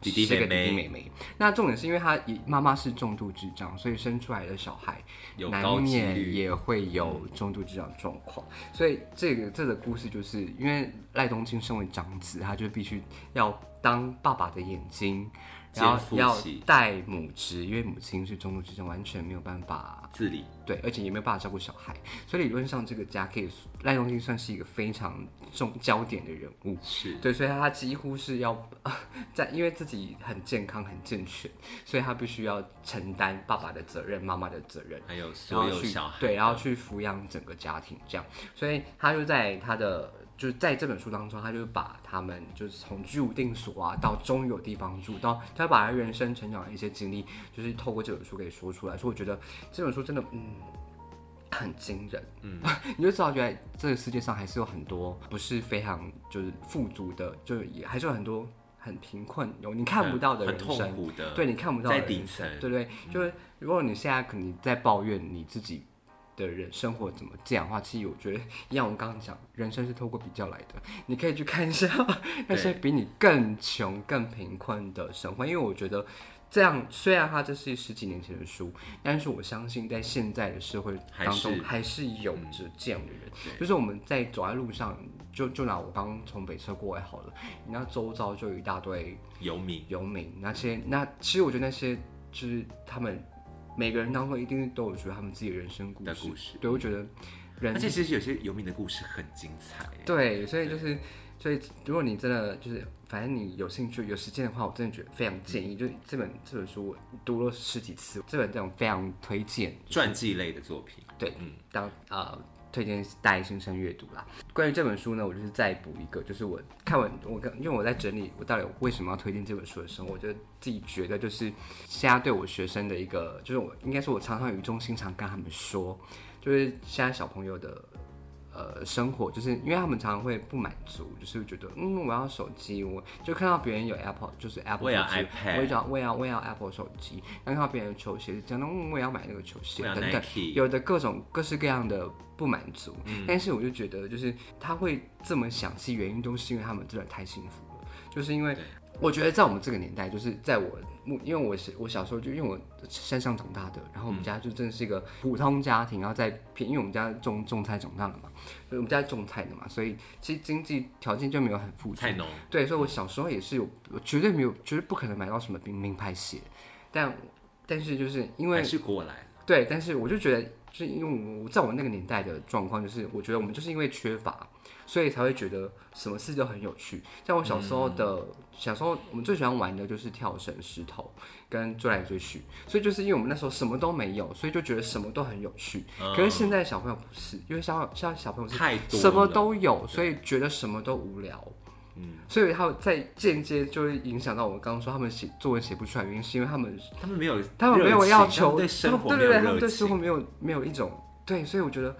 Speaker 1: 弟弟
Speaker 2: 十个
Speaker 1: 妹妹
Speaker 2: 弟弟妹妹。那重点是因为他一妈妈是重度智障，所以生出来的小孩
Speaker 1: 有高
Speaker 2: 难
Speaker 1: 几
Speaker 2: 免
Speaker 1: 率
Speaker 2: 也会有重度智障状况。所以这个这个故事就是因为赖东进身为长子，他就必须要当爸爸的眼睛。然
Speaker 1: 肩
Speaker 2: 后
Speaker 1: 负
Speaker 2: 要
Speaker 1: 起
Speaker 2: 带母职，因为母亲是重度智障，完全没有办法
Speaker 1: 自理，
Speaker 2: 对，而且也没有办法照顾小孩，所以理论上这个家可以赖东进算是一个非常重焦点的人物。
Speaker 1: 是
Speaker 2: 对，所以他几乎是要、 (laughs) 在，因为自己很健康、很健全，所以他必须要承担爸爸的责任、妈妈的责任，
Speaker 1: 还有
Speaker 2: 然
Speaker 1: 所
Speaker 2: 后
Speaker 1: 有
Speaker 2: 去
Speaker 1: 小孩，
Speaker 2: 对，然后去抚养整个家庭这样。所以他就在他的就是在这本书当中，他就把他们就是从居无定所啊到终于有地方住，到他把他人生成长的一些经历，就是透过这本书给说出来。所以我觉得这本书真的，嗯。很惊人，嗯， (laughs) 你就知道，原来这个世界上还是有很多不是非常就是富足的，就是也还是有很多很贫困、有你看不到
Speaker 1: 嗯
Speaker 2: 的
Speaker 1: 很
Speaker 2: 人生，
Speaker 1: 痛苦的，
Speaker 2: 对你看不到
Speaker 1: 在
Speaker 2: 的
Speaker 1: 底
Speaker 2: 人生
Speaker 1: 层
Speaker 2: 对对，
Speaker 1: 嗯
Speaker 2: 就是如果你现在可能在抱怨你自己的人生活怎么这样的话，其实我觉得，像我刚刚讲，人生是透过比较来的，你可以去看一下那些比你更穷、更贫困的生活，因为我觉得。这样，虽然它这是十几年前的书，但是我相信在现在的社会
Speaker 1: 还
Speaker 2: 当中
Speaker 1: 是，嗯
Speaker 2: 还是有着这样的人。就是我们在走在路上，就就拿我刚从北车过来好了，你那周遭就有一大堆
Speaker 1: 游民，
Speaker 2: 游民那些，那其实我觉得那些就是他们每个人当中一定都有觉得他们自己的人生故
Speaker 1: 的
Speaker 2: 事。
Speaker 1: 故事
Speaker 2: 对，我觉得人
Speaker 1: 而且其实有些游民的故事很精彩，
Speaker 2: 对，所以就是所以如果你真的就是反正你有兴趣有时间的话，我真的觉得非常建议，就是这本这本书我读了十几次，这本这种非常推荐。
Speaker 1: 传记类的作品，
Speaker 2: 对，当呃推荐大一新生阅读啦。关于这本书呢，我就是再补一个，就是我看完我刚，因为我在整理我到底为什么要推荐这本书的时候，我就自己觉得就是现在对我学生的一个，就是我应该说我常常语重心长跟他们说，就是现在小朋友的。呃，生活就是因为他们常常会不满足，就是觉得嗯，我要手机，我就看到别人有 Apple，就是 Apple
Speaker 1: 我也要
Speaker 2: 手机
Speaker 1: iPad
Speaker 2: 我就想我也要我也要 Apple 手机，但看到别人的球鞋是这样，嗯，我也要买那个球鞋
Speaker 1: 我要
Speaker 2: 等等
Speaker 1: Nike，
Speaker 2: 有的各种各式各样的不满足，
Speaker 1: 嗯
Speaker 2: 但是我就觉得，就是他会这么想，其实原因都是因为他们真的太幸福了，就是因为
Speaker 1: 对
Speaker 2: 我觉得在我们这个年代，就是在我因为我是我小时候就因为我山上长大的，然后我
Speaker 1: 嗯
Speaker 2: 们家就真的是一个普通家庭，然后在偏因为我们家种种菜长大的嘛，所以我们家种菜的嘛，所以其实经济条件就没有很富足，
Speaker 1: 菜农
Speaker 2: 对，所以我小时候也是有，我绝对没有，绝对不可能买到什么名名牌鞋，但但是就是因为
Speaker 1: 还是过来，
Speaker 2: 对，但是我就觉得，就是因为我在我那个年代的状况，就是我觉得我们就是因为缺乏，所以才会觉得什么事都很有趣。像我小时候的，
Speaker 1: 嗯
Speaker 2: 小时候我们最喜欢玩的就是跳绳、石头跟追来追去，所以就是因为我们那时候什么都没有，所以就觉得什么都很有趣。可是现在小朋友不是，因为小像小朋友是
Speaker 1: 太嗯多
Speaker 2: 什么
Speaker 1: 了
Speaker 2: 都有，所以觉得什么都无聊。嗯，所以他在间接就会影响到我刚刚说他们写作文写不出来，原因是因为他们
Speaker 1: 他们没有热情，
Speaker 2: 他们没有要
Speaker 1: 他
Speaker 2: 求，
Speaker 1: 们对生活
Speaker 2: 他们
Speaker 1: 没有
Speaker 2: 对对对，他们
Speaker 1: 热
Speaker 2: 对生
Speaker 1: 情，
Speaker 2: 活没有没有一种对，所以我觉得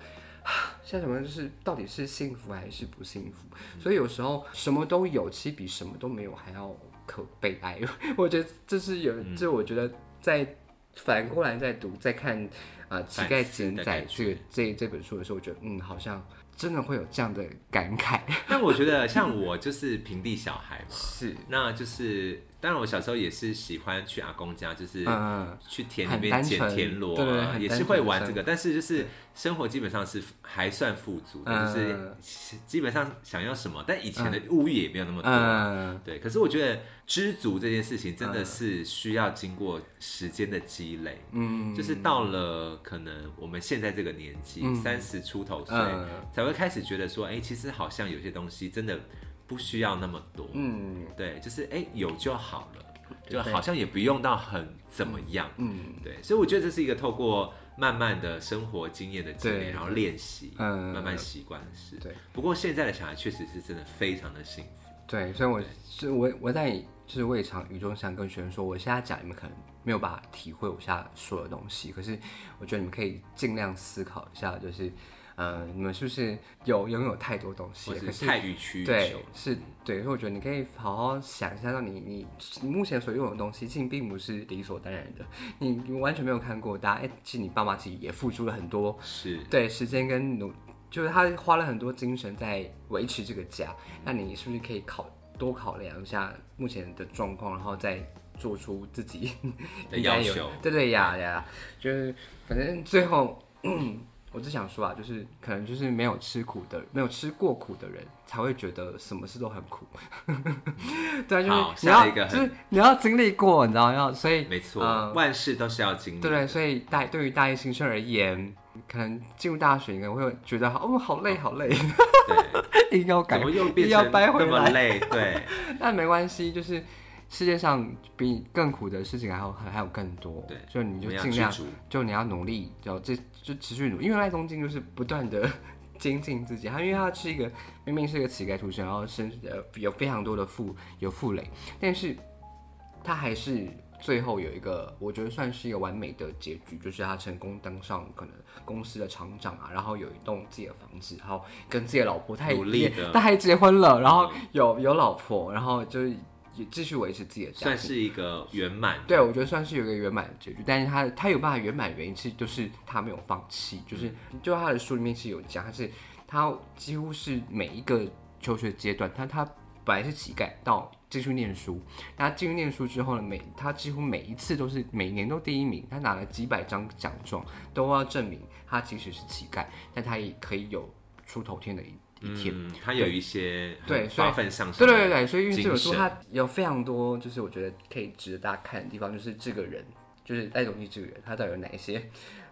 Speaker 2: 啊现在小朋友就是到底是幸福还是不幸福，所以有时候什么都有，其实比什么都没有还要可悲哀。 (laughs) 我觉得这是有，
Speaker 1: 嗯
Speaker 2: 这我觉得在反过来在读在看啊、呃乞
Speaker 1: 反思
Speaker 2: 丐
Speaker 1: 的
Speaker 2: 简
Speaker 1: 感
Speaker 2: 仔》这个这这本书的时候，我觉得嗯，好像真的会有这样的感慨，
Speaker 1: 但我觉得像我就是平地小孩
Speaker 2: (laughs)
Speaker 1: 嘛，
Speaker 2: 是，
Speaker 1: 那就是当然我小时候也是喜欢去阿公家，就是
Speaker 2: 嗯，
Speaker 1: 去田里
Speaker 2: 很
Speaker 1: 面
Speaker 2: 单
Speaker 1: 捡
Speaker 2: 纯
Speaker 1: 田螺、
Speaker 2: 对对对
Speaker 1: 啊，
Speaker 2: 很
Speaker 1: 也
Speaker 2: 单
Speaker 1: 是
Speaker 2: 纯
Speaker 1: 会
Speaker 2: 的
Speaker 1: 玩
Speaker 2: 生
Speaker 1: 这个，但是就是生活基本上是还算富足的，
Speaker 2: 嗯
Speaker 1: 就是基本上想要什么，但以前的物欲也没有那么多。
Speaker 2: 嗯，
Speaker 1: 对，可是我觉得知足这件事情真的是需要经过时间的积累，
Speaker 2: 嗯，
Speaker 1: 就是到了可能我们现在这个年纪，
Speaker 2: 嗯
Speaker 1: 三十、出头岁，
Speaker 2: 嗯
Speaker 1: 才会开始觉得说，哎、其实好像有些东西真的不需要那么多，
Speaker 2: 嗯
Speaker 1: 对，就是哎、有就好了，
Speaker 2: 对
Speaker 1: 就好像也不用到很怎么样，
Speaker 2: 嗯
Speaker 1: 对，所以我觉得这是一个透过慢慢的生活经验的积累，
Speaker 2: 对
Speaker 1: 然后练习，
Speaker 2: 嗯
Speaker 1: 慢慢习惯的事。
Speaker 2: 对，
Speaker 1: 不过现在的小孩确实是真的非常的幸福，
Speaker 2: 对，所以我是我我在就是我也常语重想跟学生说，我现在讲你们可能没有办法体会我现在说的东西，可是我觉得你们可以尽量思考一下，就是呃，你们是不是有拥有太多东西
Speaker 1: 或
Speaker 2: 了，可
Speaker 1: 是
Speaker 2: 是
Speaker 1: 太予取予求
Speaker 2: 对。，是，对，所以我觉得你可以好好想一下，到你你你目前所拥有的东西，其实并不是理所当然的，你你完全没有看过，大家哎、其实你爸妈其实也付出了很多，
Speaker 1: 是，
Speaker 2: 对时间跟努，就是他花了很多精神在维持这个家，那你是不是可以考多考量一下目前的状况，然后再做出自己
Speaker 1: 的
Speaker 2: 应该
Speaker 1: 要
Speaker 2: 有
Speaker 1: 求
Speaker 2: 对对呀呀，就是反正最后。 (clears throat) 我只想说啊，就是可能就是没有吃苦的，没有吃过苦的人，才会觉得什么事都很苦。 (laughs) 对啊，
Speaker 1: 好
Speaker 2: 就是你
Speaker 1: 下一个
Speaker 2: 要，
Speaker 1: 很
Speaker 2: 就是你要经历过，你知道要，所以
Speaker 1: 没错，
Speaker 2: 嗯
Speaker 1: 万事都是要经历。
Speaker 2: 对对，所以大对于大一新生而言，可能进入大学，你可能会觉得哦，好累，好累， (laughs)
Speaker 1: 对，
Speaker 2: 硬要
Speaker 1: 怎
Speaker 2: 改
Speaker 1: 么，又变
Speaker 2: 硬要
Speaker 1: 成
Speaker 2: 掰回
Speaker 1: 那么
Speaker 2: 来。
Speaker 1: 累？
Speaker 2: (laughs)
Speaker 1: 对，
Speaker 2: 但没关系，就是世界上比你更苦的事情还有还还有更多。
Speaker 1: 对
Speaker 2: 就你
Speaker 1: 我
Speaker 2: 就
Speaker 1: 们要
Speaker 2: 尽量
Speaker 1: 知足，
Speaker 2: 就你要努力，就这就持续努力，因为赖东京就是不断的 (laughs) 精进自己。他因为他是一个明明是一个乞丐出身，然后身呃有非常多的负有负累，但是他还是最后有一个，我觉得算是一个完美的结局，就是他成功当上可能公司的厂长啊，然后有一栋自己的房子，然后跟自己的老婆，他也
Speaker 1: 努力的
Speaker 2: 也他还结婚了，然后有有老婆，然后就是也继续维持自己的家庭
Speaker 1: 算是一个圆满。
Speaker 2: 对，我觉得算是有一个圆满的结局，但是他他有办法圆满的原因是，就是他没有放弃，就是就他的书里面是有讲，他是他几乎是每一个求学阶段，他他本来是乞丐，到进去念书，那进去念书之后呢，每他几乎每一次都是每年都第一名，他拿了几百张奖状，都要证明他即使是乞丐，但他也可以有出头天的一一天。
Speaker 1: 嗯，他有一些
Speaker 2: 对所以
Speaker 1: 发奋上
Speaker 2: 对
Speaker 1: 升。
Speaker 2: 对对对，所以因为这本书
Speaker 1: 精神
Speaker 2: 它有非常多，就是我觉得可以值得大家看的地方，就是这个人，就是赖永义这个人，他到底有哪一些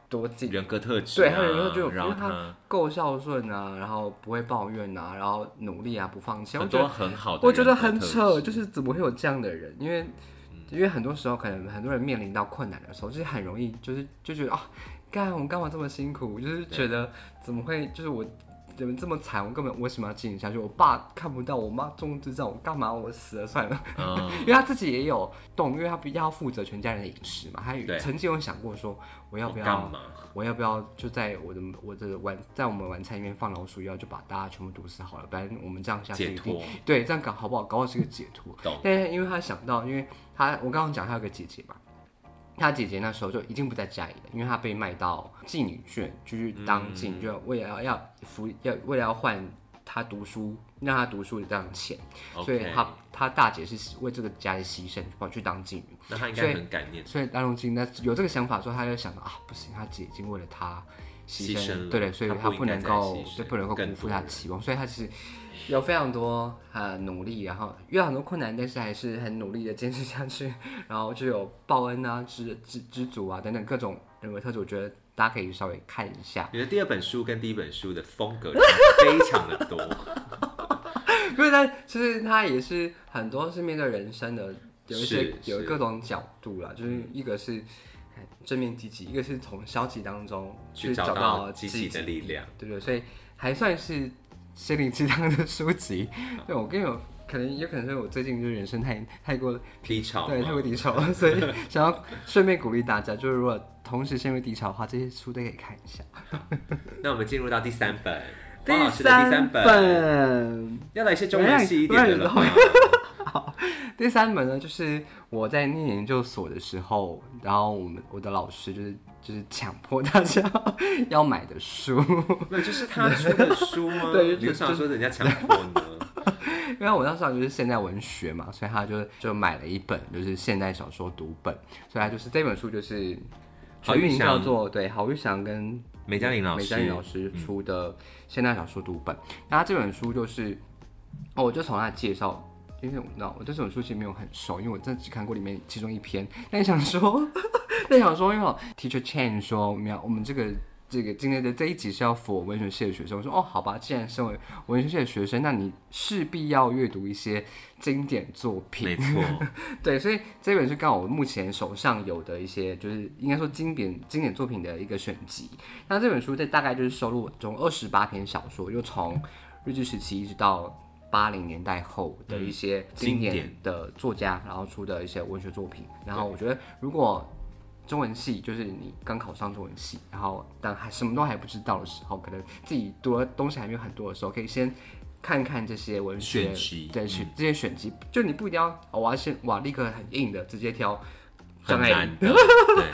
Speaker 2: 多进
Speaker 1: 人格特质、啊，
Speaker 2: 对，还有人就
Speaker 1: 然后
Speaker 2: 因为他够孝顺啊，然后不会抱怨啊，然后努力啊，不放弃啊，我
Speaker 1: 很
Speaker 2: 觉得
Speaker 1: 多很好的，嗯
Speaker 2: 我觉得很扯，。就是怎么会有这样的人？因为因为很多时候，可能很多人面临到困难的时候，就是很容易就是就觉得啊，干我干嘛这么辛苦？就是觉得怎么会就是我。怎么这么惨？我根本为什么要经营下去？我爸看不到，我妈重智障，我干嘛？我死了算了。
Speaker 1: 嗯，
Speaker 2: 因为他自己也有动，因为他比较负责全家人的饮食嘛。他
Speaker 1: 对
Speaker 2: 曾经有想过说，我要
Speaker 1: 我
Speaker 2: 不要
Speaker 1: 干嘛？
Speaker 2: 我要不要就在我的我的晚在我们晚餐里面放老鼠药，就把大家全部毒死好了？不然我们这样下去
Speaker 1: 解
Speaker 2: 一定
Speaker 1: 脱，
Speaker 2: 对，这样搞好不好？搞好是个解脱。
Speaker 1: 懂？
Speaker 2: 但是因为他想到，因为他我刚刚讲他有个姐姐嘛，他姐姐那时候就已经不在家里了，因为他被卖到妓女圈，就是当妓
Speaker 1: 嗯
Speaker 2: 女，就为了要要服要为了要换他读书让他读书的这样的钱，所以
Speaker 1: OK
Speaker 2: 他他大姐是为这个家里牺牲，跑去当妓女。
Speaker 1: 那他应
Speaker 2: 所
Speaker 1: 该
Speaker 2: 以
Speaker 1: 很感念。
Speaker 2: 所以蓝荣金那有这个想法之后，他就想到啊，不行，他姐已经为了他牺
Speaker 1: 牺牲
Speaker 2: 牲
Speaker 1: 了
Speaker 2: 对对，所以
Speaker 1: 他不
Speaker 2: 不
Speaker 1: 应该
Speaker 2: 能
Speaker 1: 再
Speaker 2: 够
Speaker 1: 牺牲
Speaker 2: 对不能够
Speaker 1: 更
Speaker 2: 辜负
Speaker 1: 多
Speaker 2: 他
Speaker 1: 人
Speaker 2: 的期望，所以他其实有非常多呃努力，然后遇到很多困难，但是还是很努力的坚持下去，然后就有报恩啊、知知知足啊等等各种人为特质，我觉得大家可以稍微看一下。
Speaker 1: 你的第二本书跟第一本书的风格非常的多，
Speaker 2: 因为他其实他也是很多是面对人生的有一些
Speaker 1: 是
Speaker 2: 有
Speaker 1: 是嗯
Speaker 2: 各种角度啦，就是一个是正面积极，一个是从消极当中
Speaker 1: 去找
Speaker 2: 找
Speaker 1: 到积
Speaker 2: 积
Speaker 1: 极的力嗯量。
Speaker 2: 对不对？所以还算是心灵鸡汤的书籍。对我跟你有可能有可能是我最近就是人生太太过
Speaker 1: 批吵
Speaker 2: 对，
Speaker 1: 嘛
Speaker 2: 太过低潮，
Speaker 1: 哦
Speaker 2: 所
Speaker 1: (laughs)
Speaker 2: 以想要顺便鼓励大家，就是如果同时陷入低潮的话，这些书都可以看一下。
Speaker 1: 那我们进入到第三本，黄老师的第三本，
Speaker 2: 本
Speaker 1: 要来一些中文系一点的了吧
Speaker 2: 不？第三门呢，就是我在念研究所的时候，然后我们我的老师就是就是强迫大家 (laughs) 要买的书， (laughs)
Speaker 1: 没有，就是他出的书吗？
Speaker 2: 对
Speaker 1: 你为什么说人家强迫呢？
Speaker 2: 因为我那时候就是现代文学嘛，所以他就就买了一本就是现代小说读本，所以他就是这本书就是
Speaker 1: 郝
Speaker 2: 全
Speaker 1: 玉
Speaker 2: 名
Speaker 1: 祥
Speaker 2: 叫做对郝玉祥跟
Speaker 1: 梅嘉玲老
Speaker 2: 梅
Speaker 1: 师嗯
Speaker 2: 佳颖老师出的现代小说读本。那他这本书就是，哦，我就从他的介绍，因为我知道我对这本书其实没有很熟，因为我真的只看过里面其中一篇。但想说， (laughs) 但想说，因为 Teacher Chen 说，没有，我们这个。这个今天的这一集是要 for 文学系的学生，我说哦，好吧，既然身为文学系的学生，那你势必要阅读一些经典作品。
Speaker 1: 没错，
Speaker 2: (laughs) 对，所以这本是刚好我目前手上有的一些，就是应该说经典经典作品的一个选集。那这本书这大概就是收录总二十八篇小说，就从日治时期一直到八零年代后的一些嗯经
Speaker 1: 经典
Speaker 2: 典的作家，然后出的一些文学作品。然后我觉得，如果中文系就是你刚考上中文系，然后但还什么都还不知道的时候，可能自己读的东西还没有很多的时候，可以先看看这些文学
Speaker 1: 选集
Speaker 2: 对，选这些选集，就你不一定要，哦、我要先哇立刻很硬的直接挑
Speaker 1: 很
Speaker 2: 障碍
Speaker 1: 难的。对，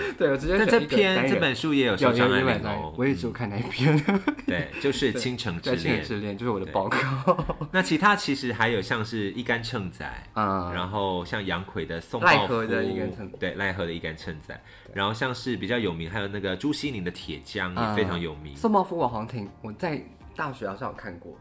Speaker 2: 林，对，我直接
Speaker 1: 但这
Speaker 2: 选一个单
Speaker 1: 篇
Speaker 2: 元
Speaker 1: 这本书也有
Speaker 2: 有
Speaker 1: 受障碍
Speaker 2: 有有
Speaker 1: 林哦，
Speaker 2: 我也只有看那一篇，
Speaker 1: 对，就是《倾城之
Speaker 2: 在《千
Speaker 1: 恋
Speaker 2: 人》。之恋》就是我的报告，
Speaker 1: 那其他其实还有像是一干秤仔，
Speaker 2: 嗯，
Speaker 1: 然后像杨奎的宋
Speaker 2: 赖
Speaker 1: 抱夫
Speaker 2: 和的一杆秤
Speaker 1: 对赖和的一杆秤仔，然后像是比较有名，还有那个朱西宁的铁匠
Speaker 2: 嗯
Speaker 1: 也非常有名。
Speaker 2: 宋茂夫我好像听我在大学好像有看过，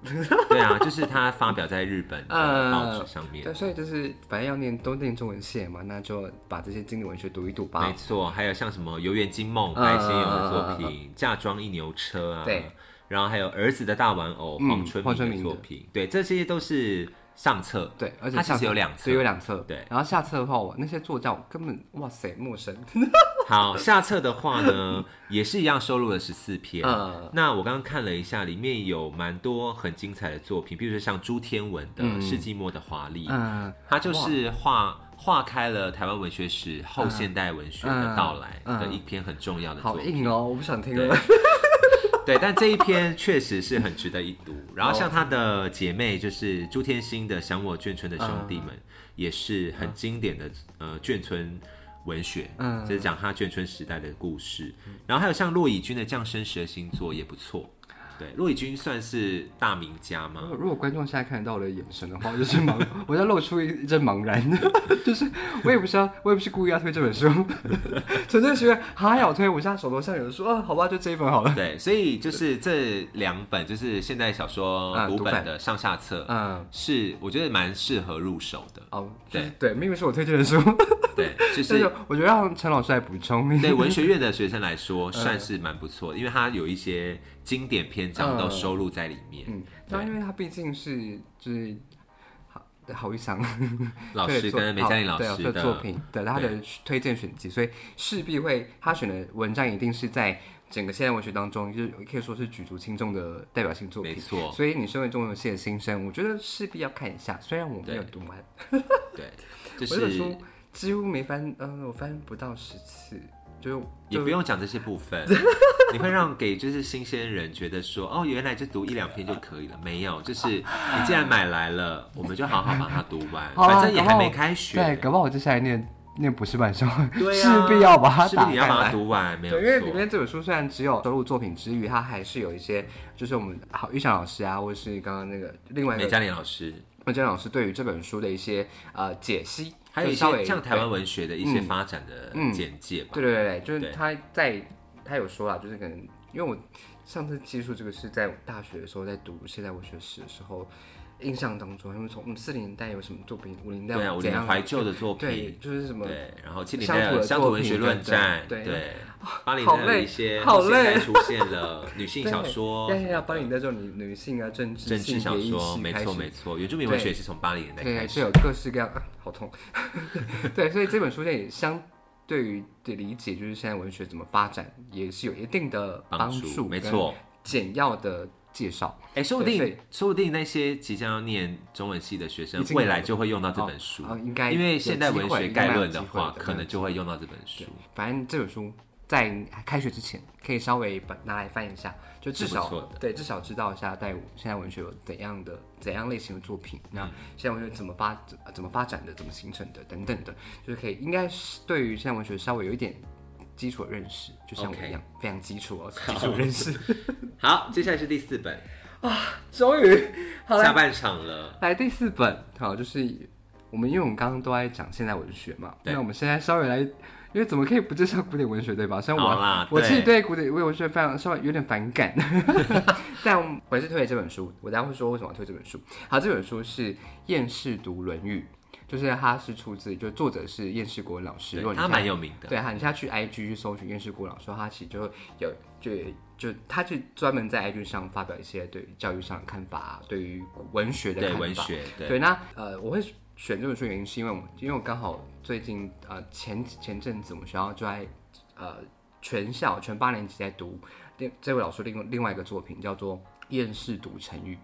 Speaker 1: 对啊，就是他发表在日本的
Speaker 2: 嗯
Speaker 1: 报纸上面
Speaker 2: 对，。所以就是反正要念都念中文系嘛，那就把这些经典文学读一读吧
Speaker 1: 没。错，还有像什么《游园惊梦》
Speaker 2: 嗯
Speaker 1: 白先勇的作品，《嫁妆一牛车》啊，
Speaker 2: 对，
Speaker 1: 然后还有《儿子的大玩偶》
Speaker 2: 嗯
Speaker 1: 黄春
Speaker 2: 黄春
Speaker 1: 明
Speaker 2: 明
Speaker 1: 的
Speaker 2: 的
Speaker 1: 作品，对，这些都是上册，
Speaker 2: 对，而且
Speaker 1: 它其
Speaker 2: 下
Speaker 1: 实
Speaker 2: 册
Speaker 1: 有两
Speaker 2: 对有
Speaker 1: 册。
Speaker 2: 两册。
Speaker 1: 对，
Speaker 2: 然后下册的话，我那些作家我根本哇塞陌生。 (laughs) 嗯
Speaker 1: 好，下册的话呢，也是一样收录了十四篇。
Speaker 2: 嗯
Speaker 1: 那我刚刚看了一下，里面有蛮多很精彩的作品，比如说像朱天文的《世纪末的华丽》，
Speaker 2: 嗯，
Speaker 1: 它就是化化开了台湾文学史后现代文学的到来
Speaker 2: 嗯嗯嗯
Speaker 1: 的一篇很重要的作
Speaker 2: 好
Speaker 1: 品。
Speaker 2: 硬哦，我不想听了。
Speaker 1: 对，但这一篇确实是很值得一读。然后像她的姐妹，就是朱天心的《想我眷村的兄弟们》，也是很经典的呃眷村文学，
Speaker 2: 嗯
Speaker 1: 就是讲她眷村时代的故事。然后还有像骆以军的《降生时的星座》也不错。对，骆以军算是大名家嘛
Speaker 2: 如， (laughs) 果如果观众现在看得到我的眼神的话，我就是茫， (laughs) 我在露出一一阵茫然， (laughs) 就是我也不是要，我也不是故意要推这本书， (laughs) 纯粹是因为哈要推。我现在手头上有说，啊，好吧，就这一本好了。
Speaker 1: 对，所以就是这两本就是现代小说
Speaker 2: 啊
Speaker 1: 读
Speaker 2: 读
Speaker 1: 本
Speaker 2: 本
Speaker 1: 的上下册，
Speaker 2: 嗯，
Speaker 1: 是我觉得蛮适合入手的。
Speaker 2: 哦，就是对，明明是我推荐的书， (laughs)
Speaker 1: 对，就
Speaker 2: 但
Speaker 1: 是
Speaker 2: 是我觉得让陈老师来补充。 (laughs)
Speaker 1: 对文学院的学生来
Speaker 2: 嗯
Speaker 1: 说，算是蛮不错的，因为它有一些经典篇章都收录在里面。
Speaker 2: 嗯，
Speaker 1: 对
Speaker 2: 那因为他毕竟是就是好好一想
Speaker 1: 老
Speaker 2: 对
Speaker 1: 师
Speaker 2: 作
Speaker 1: 跟梅佳丽老
Speaker 2: 对
Speaker 1: 师的
Speaker 2: 作品的他的
Speaker 1: 对
Speaker 2: 推荐选集，所以势必会他选的文章一定是在整个现代文学当中，就是可以说是举足轻重的代表性作
Speaker 1: 没
Speaker 2: 品。
Speaker 1: 错，
Speaker 2: 所以你身为中文系的新生，我觉得势必要看一下。虽然我没有读完， (laughs)
Speaker 1: 对，就
Speaker 2: 我这本
Speaker 1: 是
Speaker 2: 书几乎没翻，呃，我翻不到十次，就是
Speaker 1: 也不用讲这些部
Speaker 2: (laughs)
Speaker 1: 分，你会让给就是新鲜人觉得说，哦，原来就读一两篇就可以了。没有，就是你既然买来了，我们就好好把它读完，
Speaker 2: 好啦
Speaker 1: 反正也
Speaker 2: 搞不
Speaker 1: 还
Speaker 2: 好
Speaker 1: 没开学，
Speaker 2: 对，搞不好我接下来念念博士班的时候，
Speaker 1: 对
Speaker 2: 势
Speaker 1: 啊
Speaker 2: 必要把它
Speaker 1: 势
Speaker 2: 打
Speaker 1: 必你
Speaker 2: 开
Speaker 1: 要把它
Speaker 2: 来。
Speaker 1: 读完，没有
Speaker 2: 对，因为里
Speaker 1: 错。
Speaker 2: 面这本书虽然只有收录作品之余，它还是有一些，就是我们好玉祥老师啊，或者是刚刚那个另外一
Speaker 1: 梅
Speaker 2: 个
Speaker 1: 嘉玲老师，
Speaker 2: 孟娟老师对于这本书的一些呃解析，
Speaker 1: 还有一
Speaker 2: 就稍微嗯
Speaker 1: 些像台湾文学的一些发展的简介吧。
Speaker 2: 对对对对，就
Speaker 1: 对
Speaker 2: 是他在他有说啦，啊就是可能因为我上次接触这个是在我大学的时候，在读现代文学史的时候，印象当中，因为从嗯四零年代有什么作品，五零年代
Speaker 1: 对啊，
Speaker 2: 有
Speaker 1: 我
Speaker 2: 怎
Speaker 1: 连
Speaker 2: 样
Speaker 1: 怀旧的作
Speaker 2: 对，
Speaker 1: 品，
Speaker 2: 就是什么
Speaker 1: 对，然后七零
Speaker 2: 乡
Speaker 1: 代
Speaker 2: 土
Speaker 1: 有
Speaker 2: 的
Speaker 1: 乡土
Speaker 2: 作
Speaker 1: 文
Speaker 2: 品
Speaker 1: 学论
Speaker 2: 等等
Speaker 1: 战，
Speaker 2: 对
Speaker 1: 对，八零
Speaker 2: 好
Speaker 1: 代的
Speaker 2: 累
Speaker 1: 一些
Speaker 2: 好
Speaker 1: 后现代
Speaker 2: 累
Speaker 1: 出现了女性小说
Speaker 2: 要、要要帮你在这种女女性啊、政治、
Speaker 1: 政治小说，
Speaker 2: 性别
Speaker 1: 没
Speaker 2: 意识开始
Speaker 1: 错没错，原住民文学也是从八零年代
Speaker 2: 对，
Speaker 1: 开
Speaker 2: 是
Speaker 1: 始，
Speaker 2: 有各式各样， (laughs) 啊、好痛。对，所以这本书也相对于的理解，就是现在文学怎么发展，也是有一定的帮
Speaker 1: 助
Speaker 2: 助，
Speaker 1: 没，错。
Speaker 2: 简要的介绍。
Speaker 1: 哎，说不
Speaker 2: 对所
Speaker 1: 定
Speaker 2: 以
Speaker 1: 说不定那些即将要念中文系的学生
Speaker 2: 已，经有
Speaker 1: 未来就会用到这本书
Speaker 2: 哦哦，应该
Speaker 1: 因为
Speaker 2: 有
Speaker 1: 现代
Speaker 2: 机
Speaker 1: 文
Speaker 2: 会
Speaker 1: 学
Speaker 2: 应
Speaker 1: 概
Speaker 2: 该蛮
Speaker 1: 论
Speaker 2: 有
Speaker 1: 的
Speaker 2: 机会
Speaker 1: 话，
Speaker 2: 的
Speaker 1: 可
Speaker 2: 没
Speaker 1: 能
Speaker 2: 有
Speaker 1: 就会用到这本书，
Speaker 2: 反正这本书在开学之前可以稍微把拿来翻一下，就至
Speaker 1: 是不错
Speaker 2: 少
Speaker 1: 的
Speaker 2: 对至少知道一下在现在文学有怎样的怎样类型的作品，
Speaker 1: 嗯
Speaker 2: 那现在文学怎么发怎么怎么发展的，怎么形成的等等的，就是可以应该是对于现在文学稍微有一点基础的认识，就像我
Speaker 1: OK
Speaker 2: 一样非常基
Speaker 1: (laughs)
Speaker 2: 础哦，基础认识。
Speaker 1: 好，接下来是第四本
Speaker 2: 终于，好
Speaker 1: 下
Speaker 2: 来
Speaker 1: 半场了，
Speaker 2: 来第四本，好，就是我们因为我们刚刚都在讲现代文学嘛，
Speaker 1: 对
Speaker 2: 那我们现在稍微来，因为怎么可以不介绍古典文学对吧？虽然
Speaker 1: 好啦
Speaker 2: 我我
Speaker 1: 对
Speaker 2: 自己对古典文学非常稍微有点反
Speaker 1: (laughs)
Speaker 2: 感，但我还是推了这本书。我待会会说为什么要推这本书。好，这本书是厌世读《论语》，就是它是出自，就作者是厌世国文老师。
Speaker 1: 对
Speaker 2: 如果你
Speaker 1: 他
Speaker 2: 看
Speaker 1: 蛮有名的，
Speaker 2: 对，喊下去 IG 去搜寻验视郭老师，他其实就有就就他就专门在 IG 上发表一些对于教育上的看法，啊对于文学的
Speaker 1: 对
Speaker 2: 看法。
Speaker 1: 文学，
Speaker 2: 对，
Speaker 1: 对，
Speaker 2: 那呃，我会选这本书原因是因为我因为我刚好最近呃前前阵子我们学校就在呃全校全八年级在读另这位老师另另外一个作品叫做《厌世读成语》。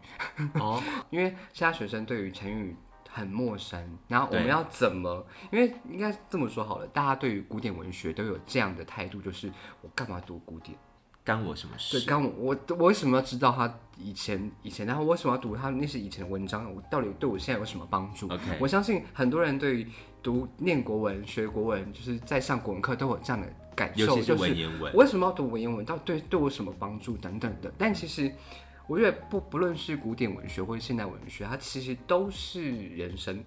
Speaker 1: 哦，
Speaker 2: 因为现在学生对于成语很陌生，然后我们
Speaker 1: 对
Speaker 2: 要怎么？因为应该这么说好了，大家对于古典文学都有这样的态度，就是我干嘛读古典？
Speaker 1: 干我什么
Speaker 2: 对，
Speaker 1: 事？
Speaker 2: 刚我我我为什么要知道他以前以前，然后为什么要读他那些以前的文章？我到底对我现在有什么帮助
Speaker 1: OK
Speaker 2: 我相信很多人对于读念国文、学国文，就是在上国文课都有这样的感受，
Speaker 1: 尤其是
Speaker 2: 就是
Speaker 1: 文言文，
Speaker 2: 为什么要读文言文？到底对对我有什么帮助等等的。但其实，我觉得不不论是古典文学或是现代文学，它其实都是人生，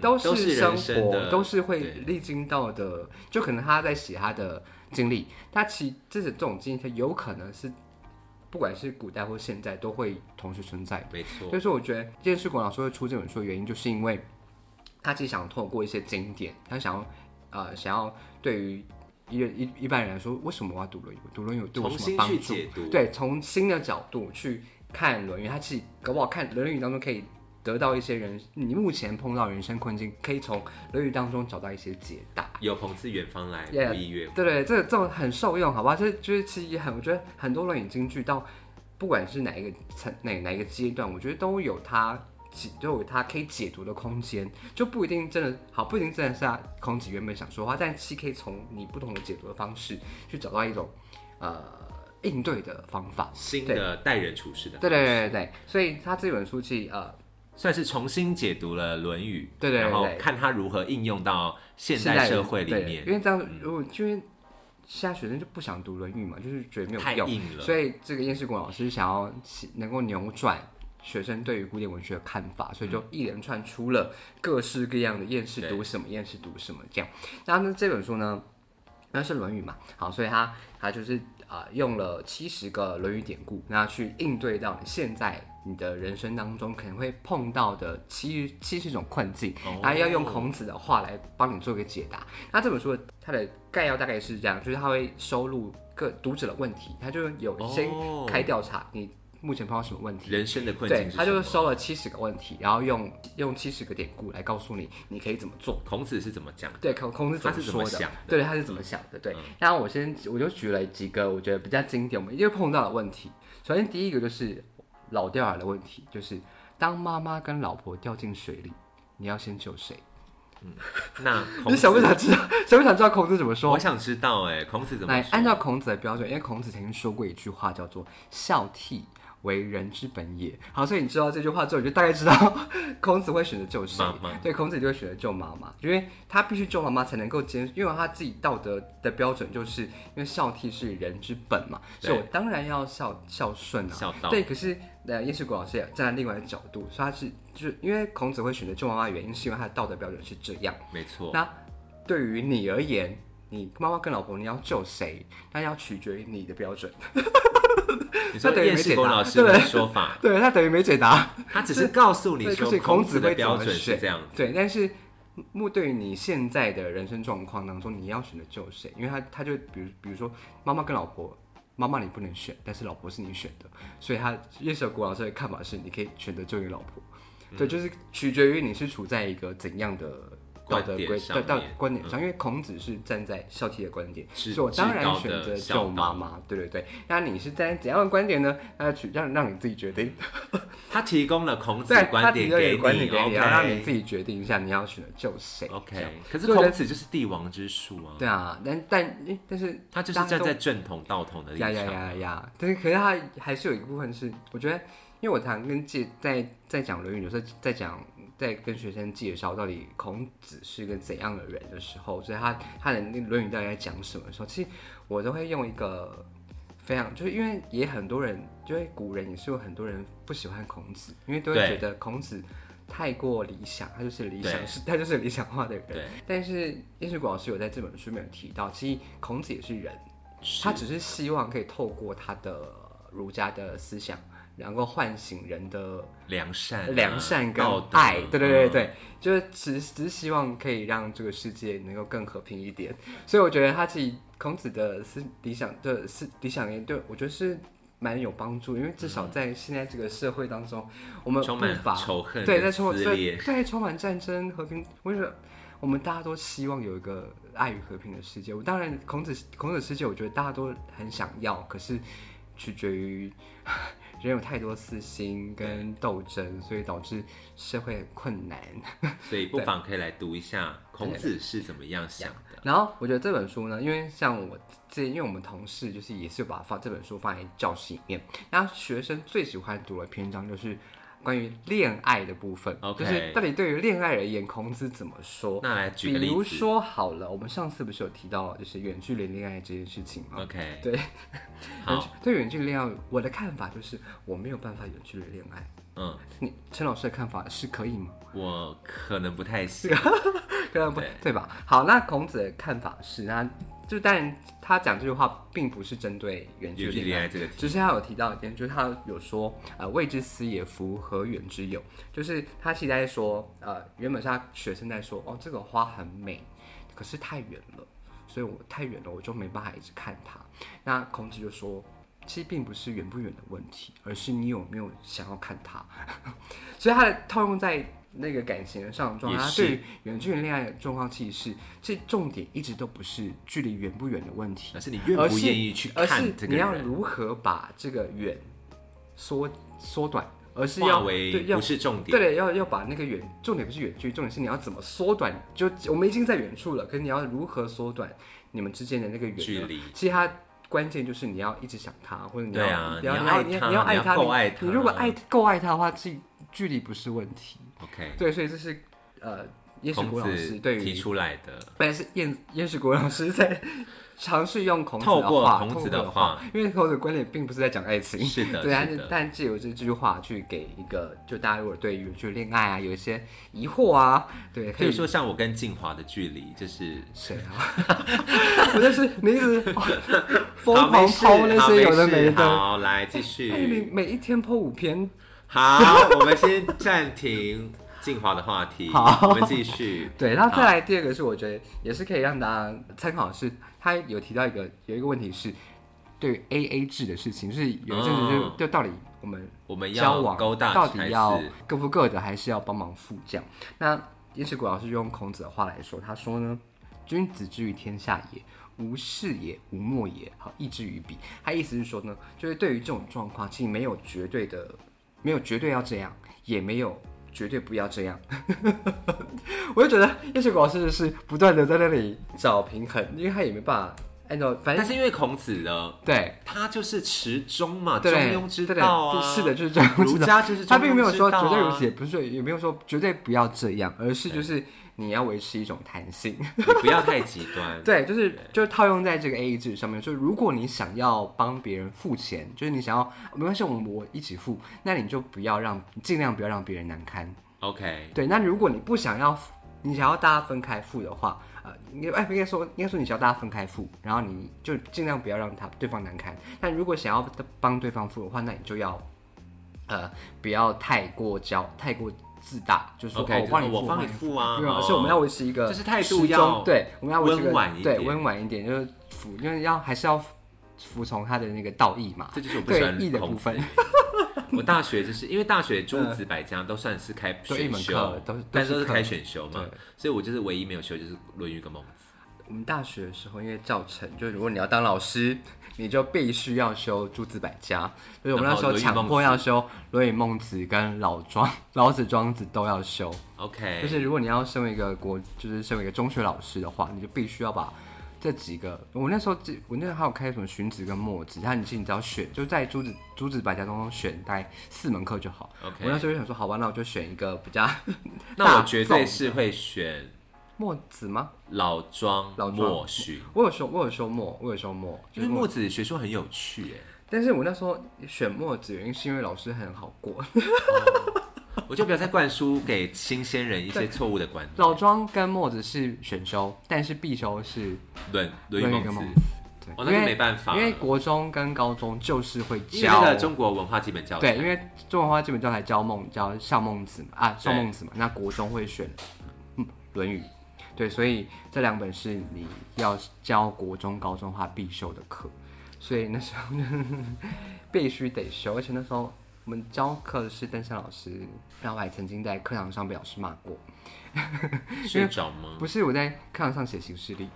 Speaker 2: 都
Speaker 1: 嗯都是
Speaker 2: 是
Speaker 1: 人
Speaker 2: 生
Speaker 1: 生的
Speaker 2: 活，都是会
Speaker 1: 对
Speaker 2: 历经到的。就可能他在写他的经历，他其这这种经历，它有可能是不管是古代或现在都会同时存在的。
Speaker 1: 没错，
Speaker 2: 所以说，我觉得电视广老师会出这本书的原因，就是因为他其实想透过一些经典，他想要呃想要对于一一一般人来说，为什么我要读《论语》？读《论语》对我有
Speaker 1: 重
Speaker 2: 什么
Speaker 1: 新
Speaker 2: 帮
Speaker 1: 去
Speaker 2: 助
Speaker 1: 解？读，
Speaker 2: 对，从新的角度去看《论语》，他其实搞不好看《论语》当中可以得到一些人你目前碰到人生困境，可以从《论语》当中找到一些解答。
Speaker 1: 有朋自远方来，
Speaker 2: Yeah，
Speaker 1: 不亦乐乎。
Speaker 2: 对对，这个这种很受用，好吧？这就是其实也很，我觉得很多人已经去到，不管是哪一个层哪哪一个阶段，我觉得都有它解都有它可以解读的空间，就不一定真的好，不一定真的是他孔子原本想说的话，但其实可以从你不同的解读的方式去找到一种呃应对的方法。
Speaker 1: 新的待人处事的，
Speaker 2: 对对对对对，所以他这本书其实呃
Speaker 1: 算是重新解读了《论语》，
Speaker 2: 对对对
Speaker 1: 然后
Speaker 2: 对
Speaker 1: 看它如何应用到现代社会里
Speaker 2: 对
Speaker 1: 面，嗯
Speaker 2: 因为这样如果因为现在学生就不想读《论语》嘛，就是觉得没有
Speaker 1: 太
Speaker 2: 用。
Speaker 1: 硬了。
Speaker 2: 所以这个燕世国老师想要能够扭转学生对于古典文学的看法，所以就一连串出了各式各样的厌世读什么，厌世读什么这样。那那这本书呢，那是《论语》嘛，好，所以他他就是啊、呃用了七十个《论语》典故，那去应对到你现在你的人生当中可能会碰到的七七十种困境，
Speaker 1: 哦
Speaker 2: 然后要用孔子的话来帮你做一个解答。那这本书的它的概要大概是这样，就是它会收录各读者的问题，它就有先
Speaker 1: 哦
Speaker 2: 开调查你目前碰到什么问题，
Speaker 1: 人生的困境
Speaker 2: 对
Speaker 1: 是，什么，
Speaker 2: 他就是收了七十个问题，然后用用七十个典故来告诉你你可以怎么做。
Speaker 1: 孔子是怎么讲的，
Speaker 2: 对，孔孔子
Speaker 1: 他是怎
Speaker 2: 说
Speaker 1: 么
Speaker 2: 的？
Speaker 1: 想的嗯
Speaker 2: 对，他是怎么想的？对。然后我先我就举了几个我觉得比较经典，我们因为碰到的问题。首先第一个就是老掉牙的问题，就是当妈妈跟老婆掉进水里，你要先救谁？
Speaker 1: 那孔
Speaker 2: (laughs) 你
Speaker 1: 子
Speaker 2: 想不想知道？想不想知道孔子怎么说
Speaker 1: 我？想知道哎，孔子怎么
Speaker 2: 来，
Speaker 1: 说
Speaker 2: 按照孔子的标准，因为孔子曾经说过一句话叫做“孝悌为人之本也”。好，所以你知道这句话之后，你就大概知道 (laughs) 孔子会选择救谁
Speaker 1: 妈妈。
Speaker 2: 对，孔子就会选择救妈妈，因为他必须救妈妈才能够坚，因为他自己道德的标准就是因为孝悌是人之本嘛，
Speaker 1: 对
Speaker 2: 所以我当然要孝孝顺啊。
Speaker 1: 孝道？
Speaker 2: 对，可是呃，叶世国老师也站在另外一个角度，所以他是就是因为孔子会选择救妈妈的原因，是因为他的道德标准是这样。
Speaker 1: 没错，
Speaker 2: 那对于你而言，你妈妈跟老婆你要救谁？那要取决于你的标准。 (laughs)
Speaker 1: 你说
Speaker 2: 那等于
Speaker 1: 叶
Speaker 2: 没
Speaker 1: 世
Speaker 2: 解
Speaker 1: 国
Speaker 2: 答
Speaker 1: 老师
Speaker 2: 对不
Speaker 1: 的
Speaker 2: 对
Speaker 1: 说法，
Speaker 2: 对，他等于没解答。
Speaker 1: 他只是告诉你
Speaker 2: 对，就
Speaker 1: 说
Speaker 2: 是
Speaker 1: 孔
Speaker 2: 孔
Speaker 1: 子
Speaker 2: 子
Speaker 1: 的
Speaker 2: 会怎
Speaker 1: 标
Speaker 2: 么
Speaker 1: 准是
Speaker 2: 选
Speaker 1: 这样子，
Speaker 2: 对，但是目对于你现在的人生状况当中，你要选择救谁？因为他他就比如比如说妈妈跟老婆。妈妈你不能选，但是老婆是你选的，所以他叶首古老师的看法是，你可以选择救你老婆，对，就是取决于你是处在一个怎样的道德
Speaker 1: 观点
Speaker 2: 规
Speaker 1: 上
Speaker 2: 对道
Speaker 1: 面
Speaker 2: 观点上，因嗯为孔子是站在孝悌的观点，
Speaker 1: 至
Speaker 2: 所以我当然选择
Speaker 1: 至高的孝
Speaker 2: 救
Speaker 1: 道
Speaker 2: 妈妈，对对对。那你是站在怎样的观点呢？那取让让你自己决定。
Speaker 1: 他提供了孔子
Speaker 2: 对，
Speaker 1: 观
Speaker 2: 他
Speaker 1: 点
Speaker 2: 提
Speaker 1: 给
Speaker 2: 供
Speaker 1: 你
Speaker 2: 观点给你，然后让你
Speaker 1: OK
Speaker 2: 自己决定一下你要选择救谁。这样
Speaker 1: OK，可是
Speaker 2: 所以我
Speaker 1: 孔
Speaker 2: 觉得
Speaker 1: 子就是帝王之术啊，
Speaker 2: 对啊，但但但是
Speaker 1: 他就是站在正统道统的立
Speaker 2: 呀呀
Speaker 1: 场。啊
Speaker 2: 呀呀！但是可是他还是有一个部分是，我觉得，因为我常跟介在在讲《论语》，有时候在讲在跟学生介绍到底孔子是个怎样的人的时候，就是他他的那《论语》到底在讲什么的时候，其实我都会用一个非常，就是因为也很多人，就是古人也是有很多人不喜欢孔子，因为都会
Speaker 1: 对
Speaker 2: 觉得孔子太过理想，他就是理想，
Speaker 1: 对
Speaker 2: 是他就是理想化的人。
Speaker 1: 对，
Speaker 2: 但是叶世谷老师有在这本书里面有提到，其实孔子也是人，
Speaker 1: 是
Speaker 2: 他只是希望可以透过他的儒家的思想，能够唤醒人的
Speaker 1: 良善啊、
Speaker 2: 良善跟
Speaker 1: 道德
Speaker 2: 爱，对对对
Speaker 1: 嗯
Speaker 2: 对，就是只只是希望可以让这个世界能够更和平一点。所以我觉得他自己孔子的思理想的思理想也对我觉得是蛮有帮助，因为至少在现在这个社会当中，我们
Speaker 1: 嗯充
Speaker 2: 不
Speaker 1: 满
Speaker 2: 乏
Speaker 1: 仇恨
Speaker 2: 对，
Speaker 1: 跟
Speaker 2: 在充满
Speaker 1: 撕
Speaker 2: 对 (laughs)
Speaker 1: 裂
Speaker 2: 对充满战争和平，我觉得我们大家都希望有一个爱与和平的世界。我当然孔子孔子世界，我觉得大家都很想要，可是取决于 (laughs) 人有太多私心跟斗争，所以导致社会很困难。
Speaker 1: 所以不妨可以来读一下孔子是怎么样想的。
Speaker 2: 然后我觉得这本书呢，因为像我这，因为我们同事就是也是有把它放这本书放在教室里面，那学生最喜欢读的篇章就是关于恋爱的部分
Speaker 1: OK
Speaker 2: 就是到底对于恋爱而言，孔子怎么说？
Speaker 1: 那来举
Speaker 2: 比
Speaker 1: 个例
Speaker 2: 如
Speaker 1: 子
Speaker 2: 说好了，我们上次不是有提到就是远距离恋爱这件事情吗？
Speaker 1: ，OK，
Speaker 2: 对，远距
Speaker 1: 好，
Speaker 2: 对远距离恋爱，我的看法就是我没有办法远距离恋爱。
Speaker 1: 嗯，
Speaker 2: 你陈老师的看法是可以吗？ (laughs)
Speaker 1: 我可能不太行，
Speaker 2: 对啊，不
Speaker 1: 对
Speaker 2: 对吧？好，那孔子的看法是，那就当然他讲这句话并不是针对远距
Speaker 1: 远距
Speaker 2: 离
Speaker 1: 离恋
Speaker 2: 恋爱
Speaker 1: 爱，这个题，
Speaker 2: 只是他有提到一点，就是他有说，呃，未之思也夫，何远之有？就是他其实在说，呃，原本是他学生在说，哦，这个花很美，可是太远了，所以我太远了，我就没办法一直看它。那孔子就说。其实并不是远不远的问题，而是你有没有想要看它。 (laughs) 所以他的套用在那个感情上的状况，
Speaker 1: 也
Speaker 2: 他
Speaker 1: 是
Speaker 2: 对于远距离恋爱的状况其实是，这重点一直都不是距离远不远的问题
Speaker 1: 而，是你愿
Speaker 2: 而
Speaker 1: 不
Speaker 2: 是
Speaker 1: 愿意去
Speaker 2: 而
Speaker 1: 看
Speaker 2: 是
Speaker 1: 这个
Speaker 2: 你要
Speaker 1: 人，
Speaker 2: 如何把这个远缩缩短，而是
Speaker 1: 化
Speaker 2: 要
Speaker 1: 为
Speaker 2: 对要
Speaker 1: 不是重
Speaker 2: 对
Speaker 1: 点，
Speaker 2: 的要要把那个远重点不是远距，重点是你要怎么缩短。就我们已经在远处了，可是你要如何缩短你们之间的那个远呢
Speaker 1: 距离
Speaker 2: 其实它关键就是你要一直想他，或者你要
Speaker 1: 对啊
Speaker 2: 你要
Speaker 1: 你
Speaker 2: 你
Speaker 1: 要爱
Speaker 2: 要
Speaker 1: 他
Speaker 2: 你要
Speaker 1: 你要
Speaker 2: 他，
Speaker 1: 够爱他
Speaker 2: 你如果爱够爱他的话，距距离不是问题。
Speaker 1: ，OK，
Speaker 2: 对，所以这是呃，也许
Speaker 1: 孔
Speaker 2: 郭老
Speaker 1: 子
Speaker 2: 师对
Speaker 1: 提
Speaker 2: 于
Speaker 1: 出来的，
Speaker 2: 本来是燕燕世国老师在尝试用孔子
Speaker 1: 透
Speaker 2: 的
Speaker 1: 过
Speaker 2: 话，
Speaker 1: 孔子
Speaker 2: 透过
Speaker 1: 的
Speaker 2: 的
Speaker 1: 话，
Speaker 2: 因为孔子的观点并不是在讲爱情，
Speaker 1: 是的
Speaker 2: (laughs) 对，但
Speaker 1: 是
Speaker 2: 是
Speaker 1: 的
Speaker 2: (laughs) 但借由这句话去给一个，就大家如果对于就恋爱啊有一些疑惑啊，对，可
Speaker 1: 比
Speaker 2: 以
Speaker 1: 如说像我跟静华的距离，就是
Speaker 2: 谁啊？ (laughs) 我就是你一直哇 (laughs) 疯
Speaker 1: 好
Speaker 2: 狂
Speaker 1: 没事
Speaker 2: 抛那
Speaker 1: 好
Speaker 2: 些有的
Speaker 1: 没事
Speaker 2: 没的，
Speaker 1: 好，来继
Speaker 2: 哎，你 (laughs)
Speaker 1: 续，
Speaker 2: 每一天抛五篇，哎
Speaker 1: 好，我们先暂停静华的话题，
Speaker 2: 好
Speaker 1: 我们继续，
Speaker 2: 对，然后再来第二个是，我觉得也是可以让大家参考的是，他有提到一个有一个问题是，对于 A A 制的事情，就是有一阵子就、
Speaker 1: 嗯
Speaker 2: 就到底我们
Speaker 1: 我们
Speaker 2: 交
Speaker 1: 要
Speaker 2: 往
Speaker 1: 勾搭
Speaker 2: 到底
Speaker 1: 还
Speaker 2: 要
Speaker 1: 是
Speaker 2: 各付各的，还是要帮忙付这样？那叶世谷老师用孔子的话来说，他说呢：“君子之于天下也，无事也，无莫也，好，义之于彼。”他意思是说呢，就是对于这种状况，其实没有绝对的，没有绝对要这样，也没有绝对不要这样。 (laughs) 我就觉得叶世谷老师就是不断的在那里找平衡，因为他也没办法按照反
Speaker 1: 但
Speaker 2: 正
Speaker 1: 是因为孔子呢，
Speaker 2: 对。
Speaker 1: 他就是持中嘛，中
Speaker 2: 对，
Speaker 1: 庸之
Speaker 2: 对
Speaker 1: 道啊，
Speaker 2: 对是的，，就是中庸
Speaker 1: 儒
Speaker 2: 之道。
Speaker 1: 家就是
Speaker 2: 他并没有说
Speaker 1: 中庸之
Speaker 2: 绝
Speaker 1: 道
Speaker 2: 对
Speaker 1: 啊
Speaker 2: 如此，也不是说也没有说绝对不要这样，而是就是你要维持一种弹性。。
Speaker 1: 你不要太极端
Speaker 2: (laughs) 对，就是就是套用在这个 A E 制上面，就是如果你想要帮别人付钱，就是你想要没关系，我们我一起付，那你就不要让尽量不要让别人难堪。
Speaker 1: ，OK，
Speaker 2: 对，那如果你不想要，你想要大家分开付的话，呃，应该哎应该说应该说你想要大家分开付，然后你就尽量不要让他对方难堪。但如果想要帮对方付的话，那你就要呃不要太过骄太过自大，就是说
Speaker 1: OK，
Speaker 2: 哦
Speaker 1: 就
Speaker 2: 我
Speaker 1: 是
Speaker 2: 帮你付，
Speaker 1: 我帮你
Speaker 2: 付。
Speaker 1: 付啊，
Speaker 2: 对啊，
Speaker 1: 哦
Speaker 2: 所以我们要维持一个
Speaker 1: 就是态度
Speaker 2: 适中
Speaker 1: 要
Speaker 2: 对，我们要维持一个
Speaker 1: 温婉一
Speaker 2: 对
Speaker 1: 点
Speaker 2: 温婉一点，就是服，因为要还是要服从他的那个道义嘛，
Speaker 1: 这就是我不喜
Speaker 2: 对
Speaker 1: 欢
Speaker 2: 义的部
Speaker 1: 孔子
Speaker 2: 分嗯
Speaker 1: 原因。 (laughs) 我大学就是因为大学诸子百家都算是开
Speaker 2: 都一
Speaker 1: 选
Speaker 2: 门
Speaker 1: 修
Speaker 2: 课，都是
Speaker 1: 但是都
Speaker 2: 都
Speaker 1: 是
Speaker 2: 是课
Speaker 1: 开选修嘛
Speaker 2: 对，
Speaker 1: 所以我就是唯一没有修就是《论语》跟《孟子
Speaker 2: 我们大学的时候，因为教程就是，如果你要当老师， (laughs) 你就必须要修诸子百家，就是我们那时候强迫要修《论语》《孟子》跟老庄、 (laughs) 老子、庄子都要修。》。
Speaker 1: OK，
Speaker 2: 就是如果你要身为一个国，就是身为一个中学老师的话，你就必须要把这几个，我那时候只我那时候还有开什么荀子跟墨子，他你其实你只要选，就在诸子诸子百家当中选大概四门课就好。
Speaker 1: OK
Speaker 2: 我那时候就想说，好吧，那我就选一个比较 (laughs)
Speaker 1: 那我
Speaker 2: 大
Speaker 1: 绝
Speaker 2: 众
Speaker 1: 对
Speaker 2: 的
Speaker 1: 是会选
Speaker 2: 墨子吗？
Speaker 1: 老庄
Speaker 2: 老庄
Speaker 1: 墨荀，
Speaker 2: 我有修，我有修墨，我有修墨，
Speaker 1: 因
Speaker 2: 就
Speaker 1: 为
Speaker 2: 是墨。
Speaker 1: 墨子学说很有趣哎，
Speaker 2: 但是我那时候选墨子原因是因为老师很好过， (laughs)
Speaker 1: 我就不要再灌输给新鲜人一些错误的观
Speaker 2: 老庄跟墨子是选修，但是必修是
Speaker 1: 论论语
Speaker 2: 论
Speaker 1: 孟
Speaker 2: 语跟
Speaker 1: 子
Speaker 2: 孟。对，
Speaker 1: 哦那就
Speaker 2: 因为
Speaker 1: 没办法了
Speaker 2: 因为国中跟高中就是会
Speaker 1: 因为那
Speaker 2: 教
Speaker 1: 个中国文化基本教材，
Speaker 2: 对，因为中文化基本教材教孟教像孟子嘛，啊，
Speaker 1: 对
Speaker 2: 像孟子嘛，那国中会选嗯《论语》，对，所以这两本是你要教国中、高中的话必修的课，所以那时候 (laughs) 必须得修，而且那时候我们教课的是邓向老师，然后我还曾经在课堂上被老师骂过，
Speaker 1: 睡着吗？
Speaker 2: 不是我在课堂上写行事历，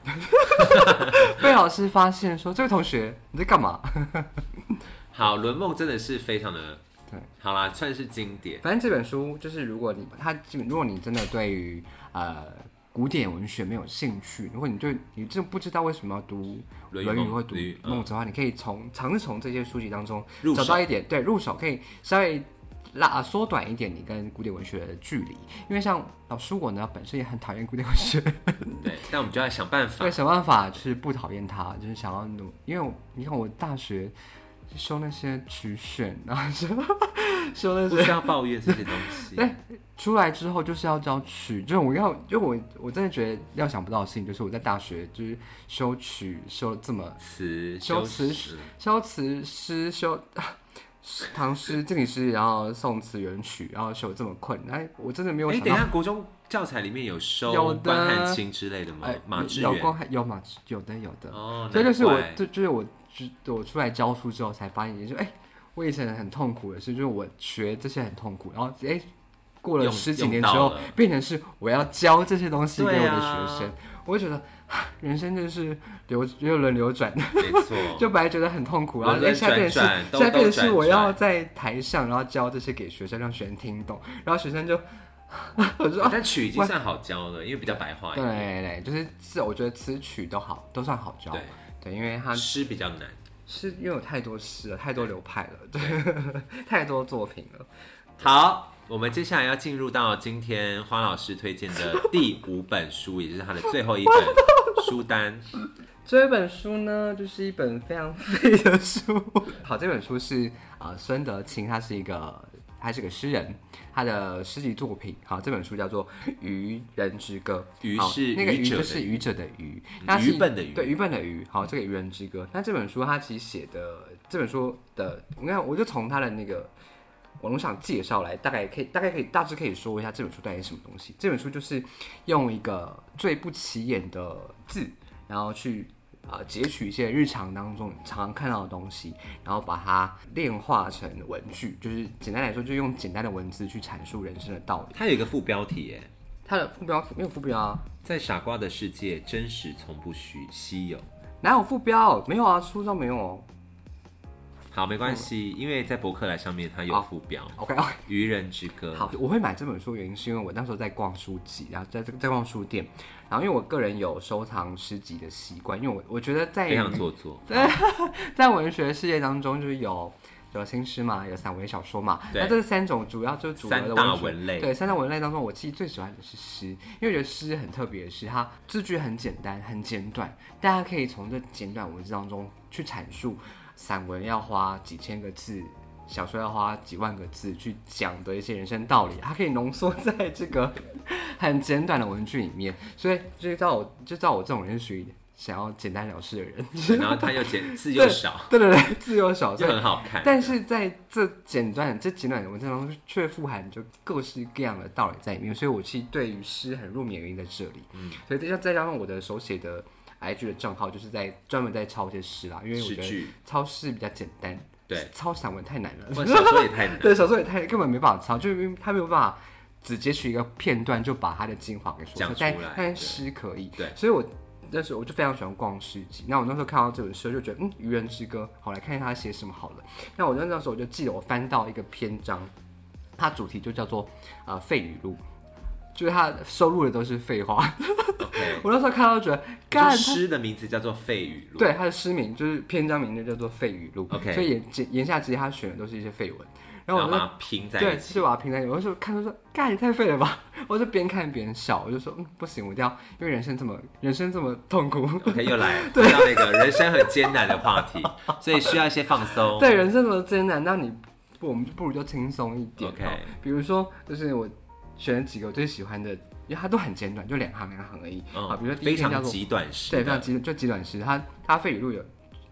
Speaker 2: (laughs) 被老师发现说这位同学你在干嘛？
Speaker 1: 好，《论梦》真的是非常的，
Speaker 2: 对，
Speaker 1: 好啦，算是经典。
Speaker 2: 反正这本书就是，如果你它基本，如果你真的对于呃古典文学没有兴趣，如果你对你就不知道为什么要读《
Speaker 1: 论
Speaker 2: 论
Speaker 1: 语
Speaker 2: 语》
Speaker 1: 孟
Speaker 2: 或读
Speaker 1: 论语嗯
Speaker 2: 孟子的话，你可以从尝试从这些书籍当中
Speaker 1: 入手
Speaker 2: 找到一点对入手，可以稍微拉呃缩短一点你跟古典文学的距离。因为像老师我呢，本身也很讨厌古典文学， (laughs)
Speaker 1: 对，但我们就要想办法
Speaker 2: 对，。想办法就是不讨厌它，就是想要努，因为我你看我大学修那些曲选，呃然后修修那些
Speaker 1: (laughs) 不需要抱怨这些东西。
Speaker 2: 对出来之后就是要教曲，就是我要，就我我真的觉得料想不到的事情，就是我在大学就是修曲修这么
Speaker 1: 词
Speaker 2: 修
Speaker 1: 辞
Speaker 2: 辞
Speaker 1: 史
Speaker 2: 修词诗修 (laughs) 唐诗敬礼诗，然后宋词元曲，然后修这么困难，我真的没有
Speaker 1: 哎，
Speaker 2: 想
Speaker 1: 等一
Speaker 2: 到。
Speaker 1: 下，国中教材里面有收
Speaker 2: 有的哎
Speaker 1: 关汉卿之类的吗？马致
Speaker 2: 有
Speaker 1: 远
Speaker 2: 光有马致有的有的，
Speaker 1: 哦，
Speaker 2: 这就是我
Speaker 1: 难怪
Speaker 2: 这就是我就我出来教书之后才发现一件事，就是哎、我以前很痛苦的事，就是我学这些很痛苦，然后哎、过了
Speaker 1: 用
Speaker 2: 十几年
Speaker 1: 用
Speaker 2: 之
Speaker 1: 到
Speaker 2: 后
Speaker 1: 了，
Speaker 2: 变成是我要教这些东西给我
Speaker 1: 对
Speaker 2: 的
Speaker 1: 啊
Speaker 2: 学生，我就觉得啊人生就是流又轮流转，
Speaker 1: 没错，
Speaker 2: (laughs) 就本来觉得很痛苦，然后哎、
Speaker 1: 哦轮轮
Speaker 2: 现在变成是
Speaker 1: 转转
Speaker 2: 现在变成
Speaker 1: 兜
Speaker 2: 是
Speaker 1: 兜
Speaker 2: 我
Speaker 1: 转转
Speaker 2: 要在台上，然后教这些给学生，让学生听懂，然后学生就我就说
Speaker 1: 哎但曲已经算好教了，因为比较白话一
Speaker 2: 对
Speaker 1: 点。
Speaker 2: 对对，就是字，我觉得词曲都好，都算好教。
Speaker 1: 哎对
Speaker 2: 对，因为它
Speaker 1: 诗比较难，
Speaker 2: 是因为有太多诗了，太多流派了，对， (laughs) 太多作品了。
Speaker 1: 好，我们接下来要进入到今天花老师推荐的第五本书，也就是他的最后一本书
Speaker 2: (laughs)
Speaker 1: 单。
Speaker 2: 这本书呢，就是一本非常废的书。 (laughs) 好，这本书是啊、呃孙德清，他是一个，他是个诗人，他的诗集作品。好，这本书叫做《愚人之歌》，
Speaker 1: 愚
Speaker 2: 好
Speaker 1: 是
Speaker 2: 哦那个
Speaker 1: 愚
Speaker 2: 愚
Speaker 1: 者
Speaker 2: 就
Speaker 1: 的
Speaker 2: 是愚者的愚，那是
Speaker 1: 愚笨的愚
Speaker 2: 对愚笨的愚。好，这个《愚人之歌》，那这本书它其实写的，这本书的，你看，我就从他的那个网络上介绍来，大概可以，大概可以大致可以说一下这本书到底是什么东西。这本书就是用一个最不起眼的字，然后去啊、呃截取一些日常当中常常看到的东西，然后把它炼化成文具，就是简单来说，就用简单的文字去阐述人生的道理。
Speaker 1: 它有一个副标题耶，
Speaker 2: 它的副标没有副标啊，
Speaker 1: 在傻瓜的世界，真实从不虚稀有。
Speaker 2: 哪有副标？没有啊，书上没有哦。
Speaker 1: 好，没关系，
Speaker 2: 嗯
Speaker 1: 因为在博客来上面它有
Speaker 2: 好
Speaker 1: 副标《
Speaker 2: OK OK。
Speaker 1: 愚人之歌》。
Speaker 2: 好，我会买这本书，原因是因为我那时候在逛书籍，然后在在逛书店，然后因为我个人有收藏诗集的习惯，因为我我觉得在
Speaker 1: 非常做作。
Speaker 2: (laughs) 在文学世界当中，就是有有新诗嘛，有散文、小说嘛。
Speaker 1: 对
Speaker 2: 那这三种主要就主流
Speaker 1: 三
Speaker 2: 的
Speaker 1: 大
Speaker 2: 学
Speaker 1: 文类
Speaker 2: 对，三大文类当中，我其实最喜欢的是诗，因为我觉得诗很特别的是，它字句很简单、很简短，大家可以从这简短文字当中去阐述。散文要花几千个字，小说要花几万个字去讲的一些人生道理，它可以浓缩在这个很简短的文句里面。所以，就照我，就照我这种人是属于想要简单了事的人。 (laughs)
Speaker 1: 然后它又简字又少，
Speaker 2: 对对 (laughs) 对，自由小
Speaker 1: 又
Speaker 2: 说。
Speaker 1: 很好看。
Speaker 2: 但是在这简短、这简短的文章当中，却富含就各式各样的道理在里面，所以我其实对于诗很入迷的原因在这里。嗯，所以再加再加上我的手写的 IG 的账号，就是在专门在抄一些诗啦，因为我
Speaker 1: 诗
Speaker 2: 觉得
Speaker 1: 句
Speaker 2: 抄诗比较简单，
Speaker 1: 对，
Speaker 2: 抄散文太难了。
Speaker 1: 或者小说也
Speaker 2: (laughs)。
Speaker 1: 太难
Speaker 2: 对，小说也太根本没办法抄，就是因为他没有办法只截取一个片段就把他的精华给说
Speaker 1: 讲
Speaker 2: 出
Speaker 1: 出
Speaker 2: 但
Speaker 1: 来对
Speaker 2: 但诗可以。
Speaker 1: 对
Speaker 2: 所以我那时候我就非常喜欢逛诗集。那我那时候看到这本书就觉得，嗯，《愚人之歌》，好来看一下他写什么好了。那我那时候我就记得我翻到一个篇章，它主题就叫做呃《废语录》。就是他收录的都是废话。
Speaker 1: OK，
Speaker 2: 我那时候看到觉得，
Speaker 1: 这
Speaker 2: 干他
Speaker 1: 诗的名字叫做《废语录》。
Speaker 2: 对，他的诗名就是篇章名就叫做《废语录》
Speaker 1: OK
Speaker 2: 所以言言下之意，他选的都是一些废文。
Speaker 1: 然
Speaker 2: 然后
Speaker 1: 后
Speaker 2: 我
Speaker 1: 把
Speaker 2: 就
Speaker 1: 它拼在
Speaker 2: 对，
Speaker 1: 一起。
Speaker 2: 是把它拼在一起。我就看到说，干也太废了吧！ (laughs) 我就边看边笑，我就说，嗯，不行，我一定要，因为人生这么人生这么痛苦，
Speaker 1: OK，又
Speaker 2: (laughs)
Speaker 1: 来回到那个人生很艰难的话题，所以需要一些放松。
Speaker 2: (laughs) 对，人生这么艰难，那你不，我们就不如就轻松一点。
Speaker 1: OK
Speaker 2: 哦比如说，就是我选了几个我最喜欢的，因为它都很简短，就两行两行而已。
Speaker 1: 嗯，
Speaker 2: 好，比如说第
Speaker 1: 非
Speaker 2: 一篇叫
Speaker 1: 常
Speaker 2: 做
Speaker 1: 极短时
Speaker 2: 对，非常
Speaker 1: 的，哦
Speaker 2: 极就极短诗，它它废语录有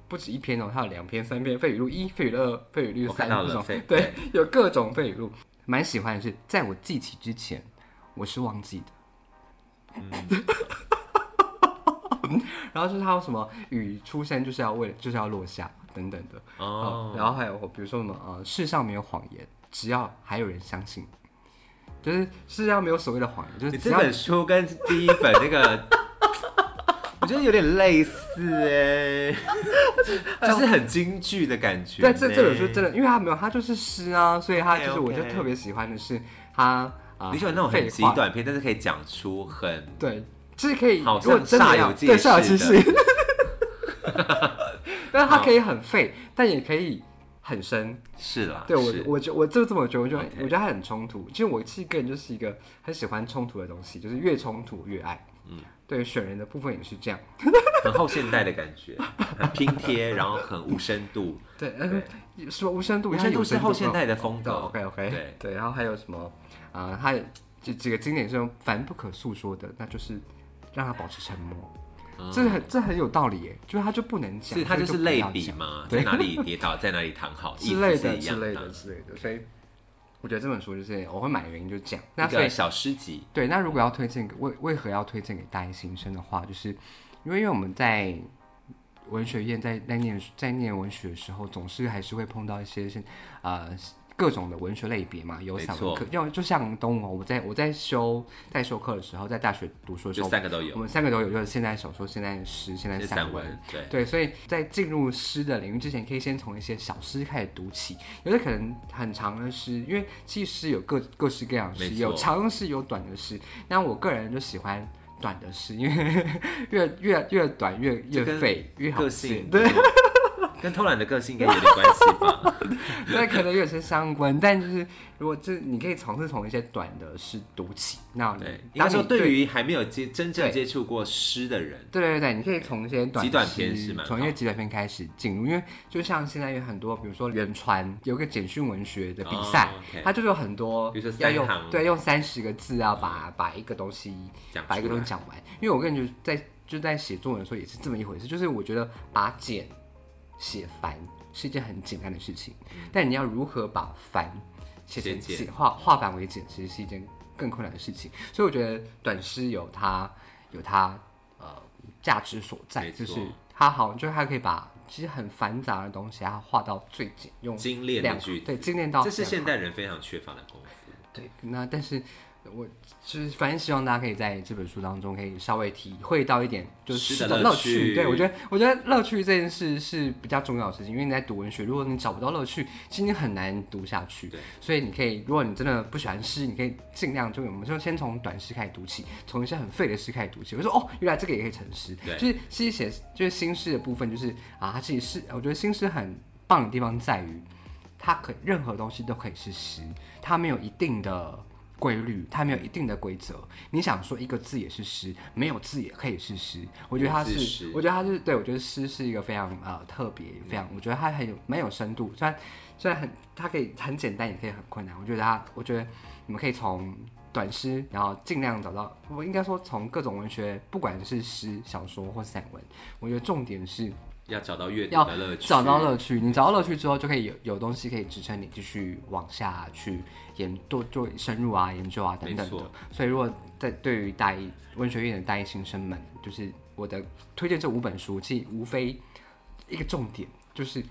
Speaker 2: 不止一篇哦，它有两篇、三篇废语录一、废语录二、废语录
Speaker 1: 我看
Speaker 2: 三
Speaker 1: 到
Speaker 2: 这
Speaker 1: 了
Speaker 2: 种
Speaker 1: 废，
Speaker 2: 对，有各种废语录。蛮喜欢的是，在我记起之前，我是忘记的。
Speaker 1: 嗯
Speaker 2: (laughs) 然后就是还有什么雨出生就是要为了就是要落下等等的
Speaker 1: 哦，
Speaker 2: 然后还有比如说什么呃世上没有谎言，只要还有人相信，就是世上没有所谓的谎言， (laughs) 就是
Speaker 1: 你
Speaker 2: 只
Speaker 1: 这
Speaker 2: 要
Speaker 1: 本书跟第一本那
Speaker 2: (laughs)
Speaker 1: 个，我觉得有点类似哎、就是很京剧的感觉哎呢。
Speaker 2: 对，这这本书真的，因为它没有，它就是诗啊，所以它就是我就
Speaker 1: OK，OK
Speaker 2: 特别喜欢的是它啊，
Speaker 1: 你喜欢那种很极
Speaker 2: 废话，
Speaker 1: 短篇，但是可以讲出很
Speaker 2: 对，就是可以，
Speaker 1: 好
Speaker 2: 如果
Speaker 1: 像
Speaker 2: 真的
Speaker 1: 煞
Speaker 2: 要
Speaker 1: 有介
Speaker 2: 对煞有其
Speaker 1: 事的 (laughs)
Speaker 2: 事，但是它可以很废，但也可以很深。
Speaker 1: 是啦。
Speaker 2: 对我
Speaker 1: 啊是，
Speaker 2: 我就我就这么觉得，我就
Speaker 1: OK
Speaker 2: 我觉得它很冲突。其实我是一个人就是一个很喜欢冲突的东西，就是越冲突越爱。嗯，对，选人的部分也是这样。
Speaker 1: 很后现代的感觉，很拼贴，然后很无深度。
Speaker 2: 对，
Speaker 1: 对
Speaker 2: (laughs) 嗯，说无深度，嗯哦
Speaker 1: 无深度
Speaker 2: 有
Speaker 1: 是后现
Speaker 2: 嘛
Speaker 1: 代的风格。
Speaker 2: OK OK，
Speaker 1: 对
Speaker 2: 然后还有什么啊、呃还有这几个经典是用凡不可诉说的，那就是让他保持沉默，
Speaker 1: 啊
Speaker 2: 这很这很有道理耶，就是他就不能讲，
Speaker 1: 是它
Speaker 2: 所
Speaker 1: 就
Speaker 2: 以
Speaker 1: 是
Speaker 2: 不
Speaker 1: 类
Speaker 2: 要
Speaker 1: 比
Speaker 2: 讲
Speaker 1: 嘛，
Speaker 2: 对
Speaker 1: 在哪里跌倒，在哪里躺好，意
Speaker 2: 之
Speaker 1: 思
Speaker 2: 类
Speaker 1: 是
Speaker 2: 的
Speaker 1: 一
Speaker 2: 之
Speaker 1: 样
Speaker 2: 类的之类的，所以我觉得这本书就是我会买的原因就是这样。那
Speaker 1: 一
Speaker 2: 所以
Speaker 1: 个小诗集，
Speaker 2: 对，那如果要推荐给为为何要推荐给大一新生的话，就是因为因为我们在文学院在在念在念文学的时候，总是还是会碰到一些是呃各种的文学类别嘛，有
Speaker 1: 没
Speaker 2: 散文
Speaker 1: 错
Speaker 2: 课，因为就像东哦欧，我在我在修在修课的时候，在大学读书的时
Speaker 1: 就
Speaker 2: 候，
Speaker 1: 三个都
Speaker 2: 我
Speaker 1: 有，
Speaker 2: 们三个都有，就是现代小说、现代诗、现代
Speaker 1: 是
Speaker 2: 散
Speaker 1: 散
Speaker 2: 文。
Speaker 1: 文，对，
Speaker 2: 对，所以在进入诗的领域之前，可以先从一些小诗开始读起。有的可能很长的诗，因为其实诗有各各式各样的诗，
Speaker 1: 没
Speaker 2: 有
Speaker 1: 错
Speaker 2: 长的诗，有短的诗。那我个人就喜欢短的诗，因为 (laughs) 越越越短越
Speaker 1: 这
Speaker 2: 越
Speaker 1: 跟
Speaker 2: 废越好
Speaker 1: 个
Speaker 2: 写
Speaker 1: 性，
Speaker 2: 对，
Speaker 1: 对， (laughs) 跟偷懒的个性应该有点关系
Speaker 2: (laughs)
Speaker 1: 吧？
Speaker 2: 对，可能有些相关。但就是如果这你可以尝试从一些短的诗读起，那你
Speaker 1: 对，应该
Speaker 2: 当你
Speaker 1: 说对
Speaker 2: 对
Speaker 1: 于还没有接真正
Speaker 2: 对
Speaker 1: 接触过诗的人，
Speaker 2: 对对对，你可以从一些短
Speaker 1: 极短篇是蛮好
Speaker 2: 从一些极短篇开始进入，因为就像现在有很多，比如说原传有一个简讯文学的比赛，
Speaker 1: 哦，OK
Speaker 2: 它就是有很多
Speaker 1: 比如说
Speaker 2: 要
Speaker 1: 三
Speaker 2: 用
Speaker 1: 行
Speaker 2: 对用三十个字啊，把把一个东西
Speaker 1: 讲
Speaker 2: 把一个
Speaker 1: 出
Speaker 2: 东
Speaker 1: 来
Speaker 2: 西讲完。因为我个人就在就在写作文的时候也是这么一回事，就是我觉得把简写繁是一件很简单的事情，但你要如何把繁写成
Speaker 1: 嗯写简
Speaker 2: 简化化繁为简，其实是一件更困难的事情。所以我觉得短诗有它有它呃价值所在，
Speaker 1: 没
Speaker 2: 就
Speaker 1: 错
Speaker 2: 是它好，就是它可以把其实很繁杂的东西，它化到最简，用
Speaker 1: 精炼的
Speaker 2: 量
Speaker 1: 句子，
Speaker 2: 对精炼到
Speaker 1: 这是
Speaker 2: 量
Speaker 1: 现代人非常缺乏的功夫。
Speaker 2: 对，那但是我就是反正希望大家可以在这本书当中可以稍微体会到一点，就是
Speaker 1: 诗的乐
Speaker 2: 乐
Speaker 1: 趣
Speaker 2: 对我觉得，我觉得乐趣这件事是比较重要的事情，因为你在读文学，如果你找不到乐趣，其实你很难读下去。
Speaker 1: 对，
Speaker 2: 所以你可以，如果你真的不喜欢诗，你可以尽量就我们就先从短诗开始读起，从一些很废的诗开始读起。我就说哦，原来这个也可以成诗，
Speaker 1: 对
Speaker 2: 就是其实写就是新诗的部分，就是啊，它其实是我觉得新诗很棒的地方在于。它可任何东西都可以是诗，它没有一定的规律，它没有一定的规则。你想说一个字也是诗，没有字也可以是诗。我觉得它
Speaker 1: 文字
Speaker 2: 是
Speaker 1: 诗，
Speaker 2: 我觉得它是对我觉得诗是一个非常呃特别，非常我觉得它很有蛮有深度。虽然虽然很它可以很简单，也可以很困难。我觉得它，我觉得你们可以从。短诗，然后尽量找到，我应该说从各种文学，不管是诗、小说或散文，我觉得重点是
Speaker 1: 要找到阅读
Speaker 2: 要
Speaker 1: 的乐趣，
Speaker 2: 找到乐趣，你找到乐趣之后，就可以有有东西可以支撑你继续往下去研多做深入啊、研究啊等等
Speaker 1: 没
Speaker 2: 的
Speaker 1: 错。
Speaker 2: 所以，如果在对于大一文学院的大一新生们，就是我的推荐这五本书，其实无非一个重点，就是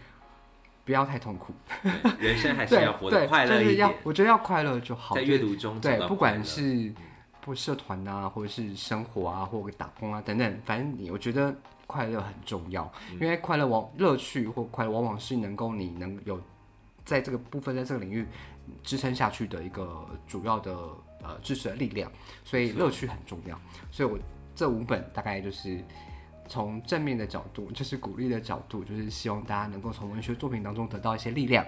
Speaker 2: 不要太痛苦，
Speaker 1: 对人生还是
Speaker 2: 对
Speaker 1: 要活得快
Speaker 2: 对，
Speaker 1: 乐
Speaker 2: 就
Speaker 1: 一
Speaker 2: 是要
Speaker 1: 点，
Speaker 2: 我觉得要快乐就好，
Speaker 1: 在
Speaker 2: 就是
Speaker 1: 阅读中找
Speaker 2: 对，
Speaker 1: 到
Speaker 2: 不
Speaker 1: 快
Speaker 2: 管
Speaker 1: 乐
Speaker 2: 是不社团啊，或者是生活啊，或者打工啊等等，反正你我觉得快乐很重要，
Speaker 1: 嗯
Speaker 2: 因为快乐往乐趣或快乐往往是能够你能有在这个部分在这个领域支撑下去的一个主要的呃呃支持的力量，所以乐趣很重要。所以我这五本大概就是从正面的角度，就是鼓励的角度，就是希望大家能够从文学作品当中得到一些力量。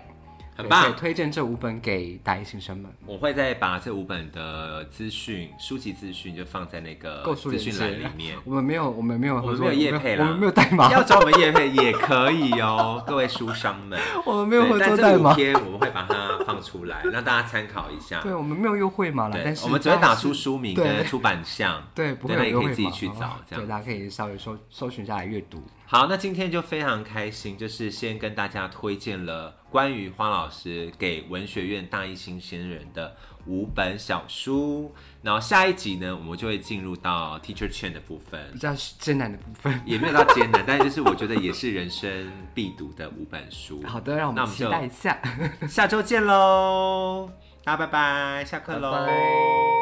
Speaker 1: 很
Speaker 2: 对
Speaker 1: 棒
Speaker 2: 所以推荐这五本给大一新生们。
Speaker 1: 我会再把这五本的资讯、书籍资讯就放在那个
Speaker 2: 购书
Speaker 1: 资
Speaker 2: 链接
Speaker 1: 讯栏里
Speaker 2: (laughs)
Speaker 1: 面。
Speaker 2: 我们没有，我们没有
Speaker 1: 我
Speaker 2: 合
Speaker 1: 们
Speaker 2: 作，
Speaker 1: 没有业配啦，
Speaker 2: 我们没有代码，
Speaker 1: 要找我们业配也可以哦，各位书商们。
Speaker 2: 我们
Speaker 1: 没
Speaker 2: 没有合作代
Speaker 1: 五
Speaker 2: 码，
Speaker 1: 天我们会把它放出来， (laughs) 让大家参考一下。
Speaker 2: 对，我们没有优惠码了，
Speaker 1: 对
Speaker 2: 但，是
Speaker 1: 我们只会打出
Speaker 2: 大家是
Speaker 1: 书名
Speaker 2: 对
Speaker 1: 跟出版项。
Speaker 2: (laughs) 对，不会
Speaker 1: 那
Speaker 2: 有
Speaker 1: 也
Speaker 2: 优
Speaker 1: 可
Speaker 2: 惠
Speaker 1: 以
Speaker 2: 码，
Speaker 1: 自己去
Speaker 2: 好不
Speaker 1: 找
Speaker 2: 好。
Speaker 1: 这样
Speaker 2: 对，大家可以稍微搜搜寻下来阅读。
Speaker 1: 好，那今天就非常开心，就是先跟大家推荐了关于花老师给文学院大一新鲜人的五本小书，然后下一集呢，我们就会进入到 teacher chain 的部分
Speaker 2: 比，较艰难的部分。 (laughs)
Speaker 1: 也没有到艰难，但是就是我觉得也是人生必读的五本书。
Speaker 2: (laughs) 好的，让我
Speaker 1: 那
Speaker 2: 们
Speaker 1: 我们
Speaker 2: 期
Speaker 1: 就
Speaker 2: 待一下。 (laughs)
Speaker 1: 啊下周见喽，大家拜拜，下课喽。
Speaker 2: 拜拜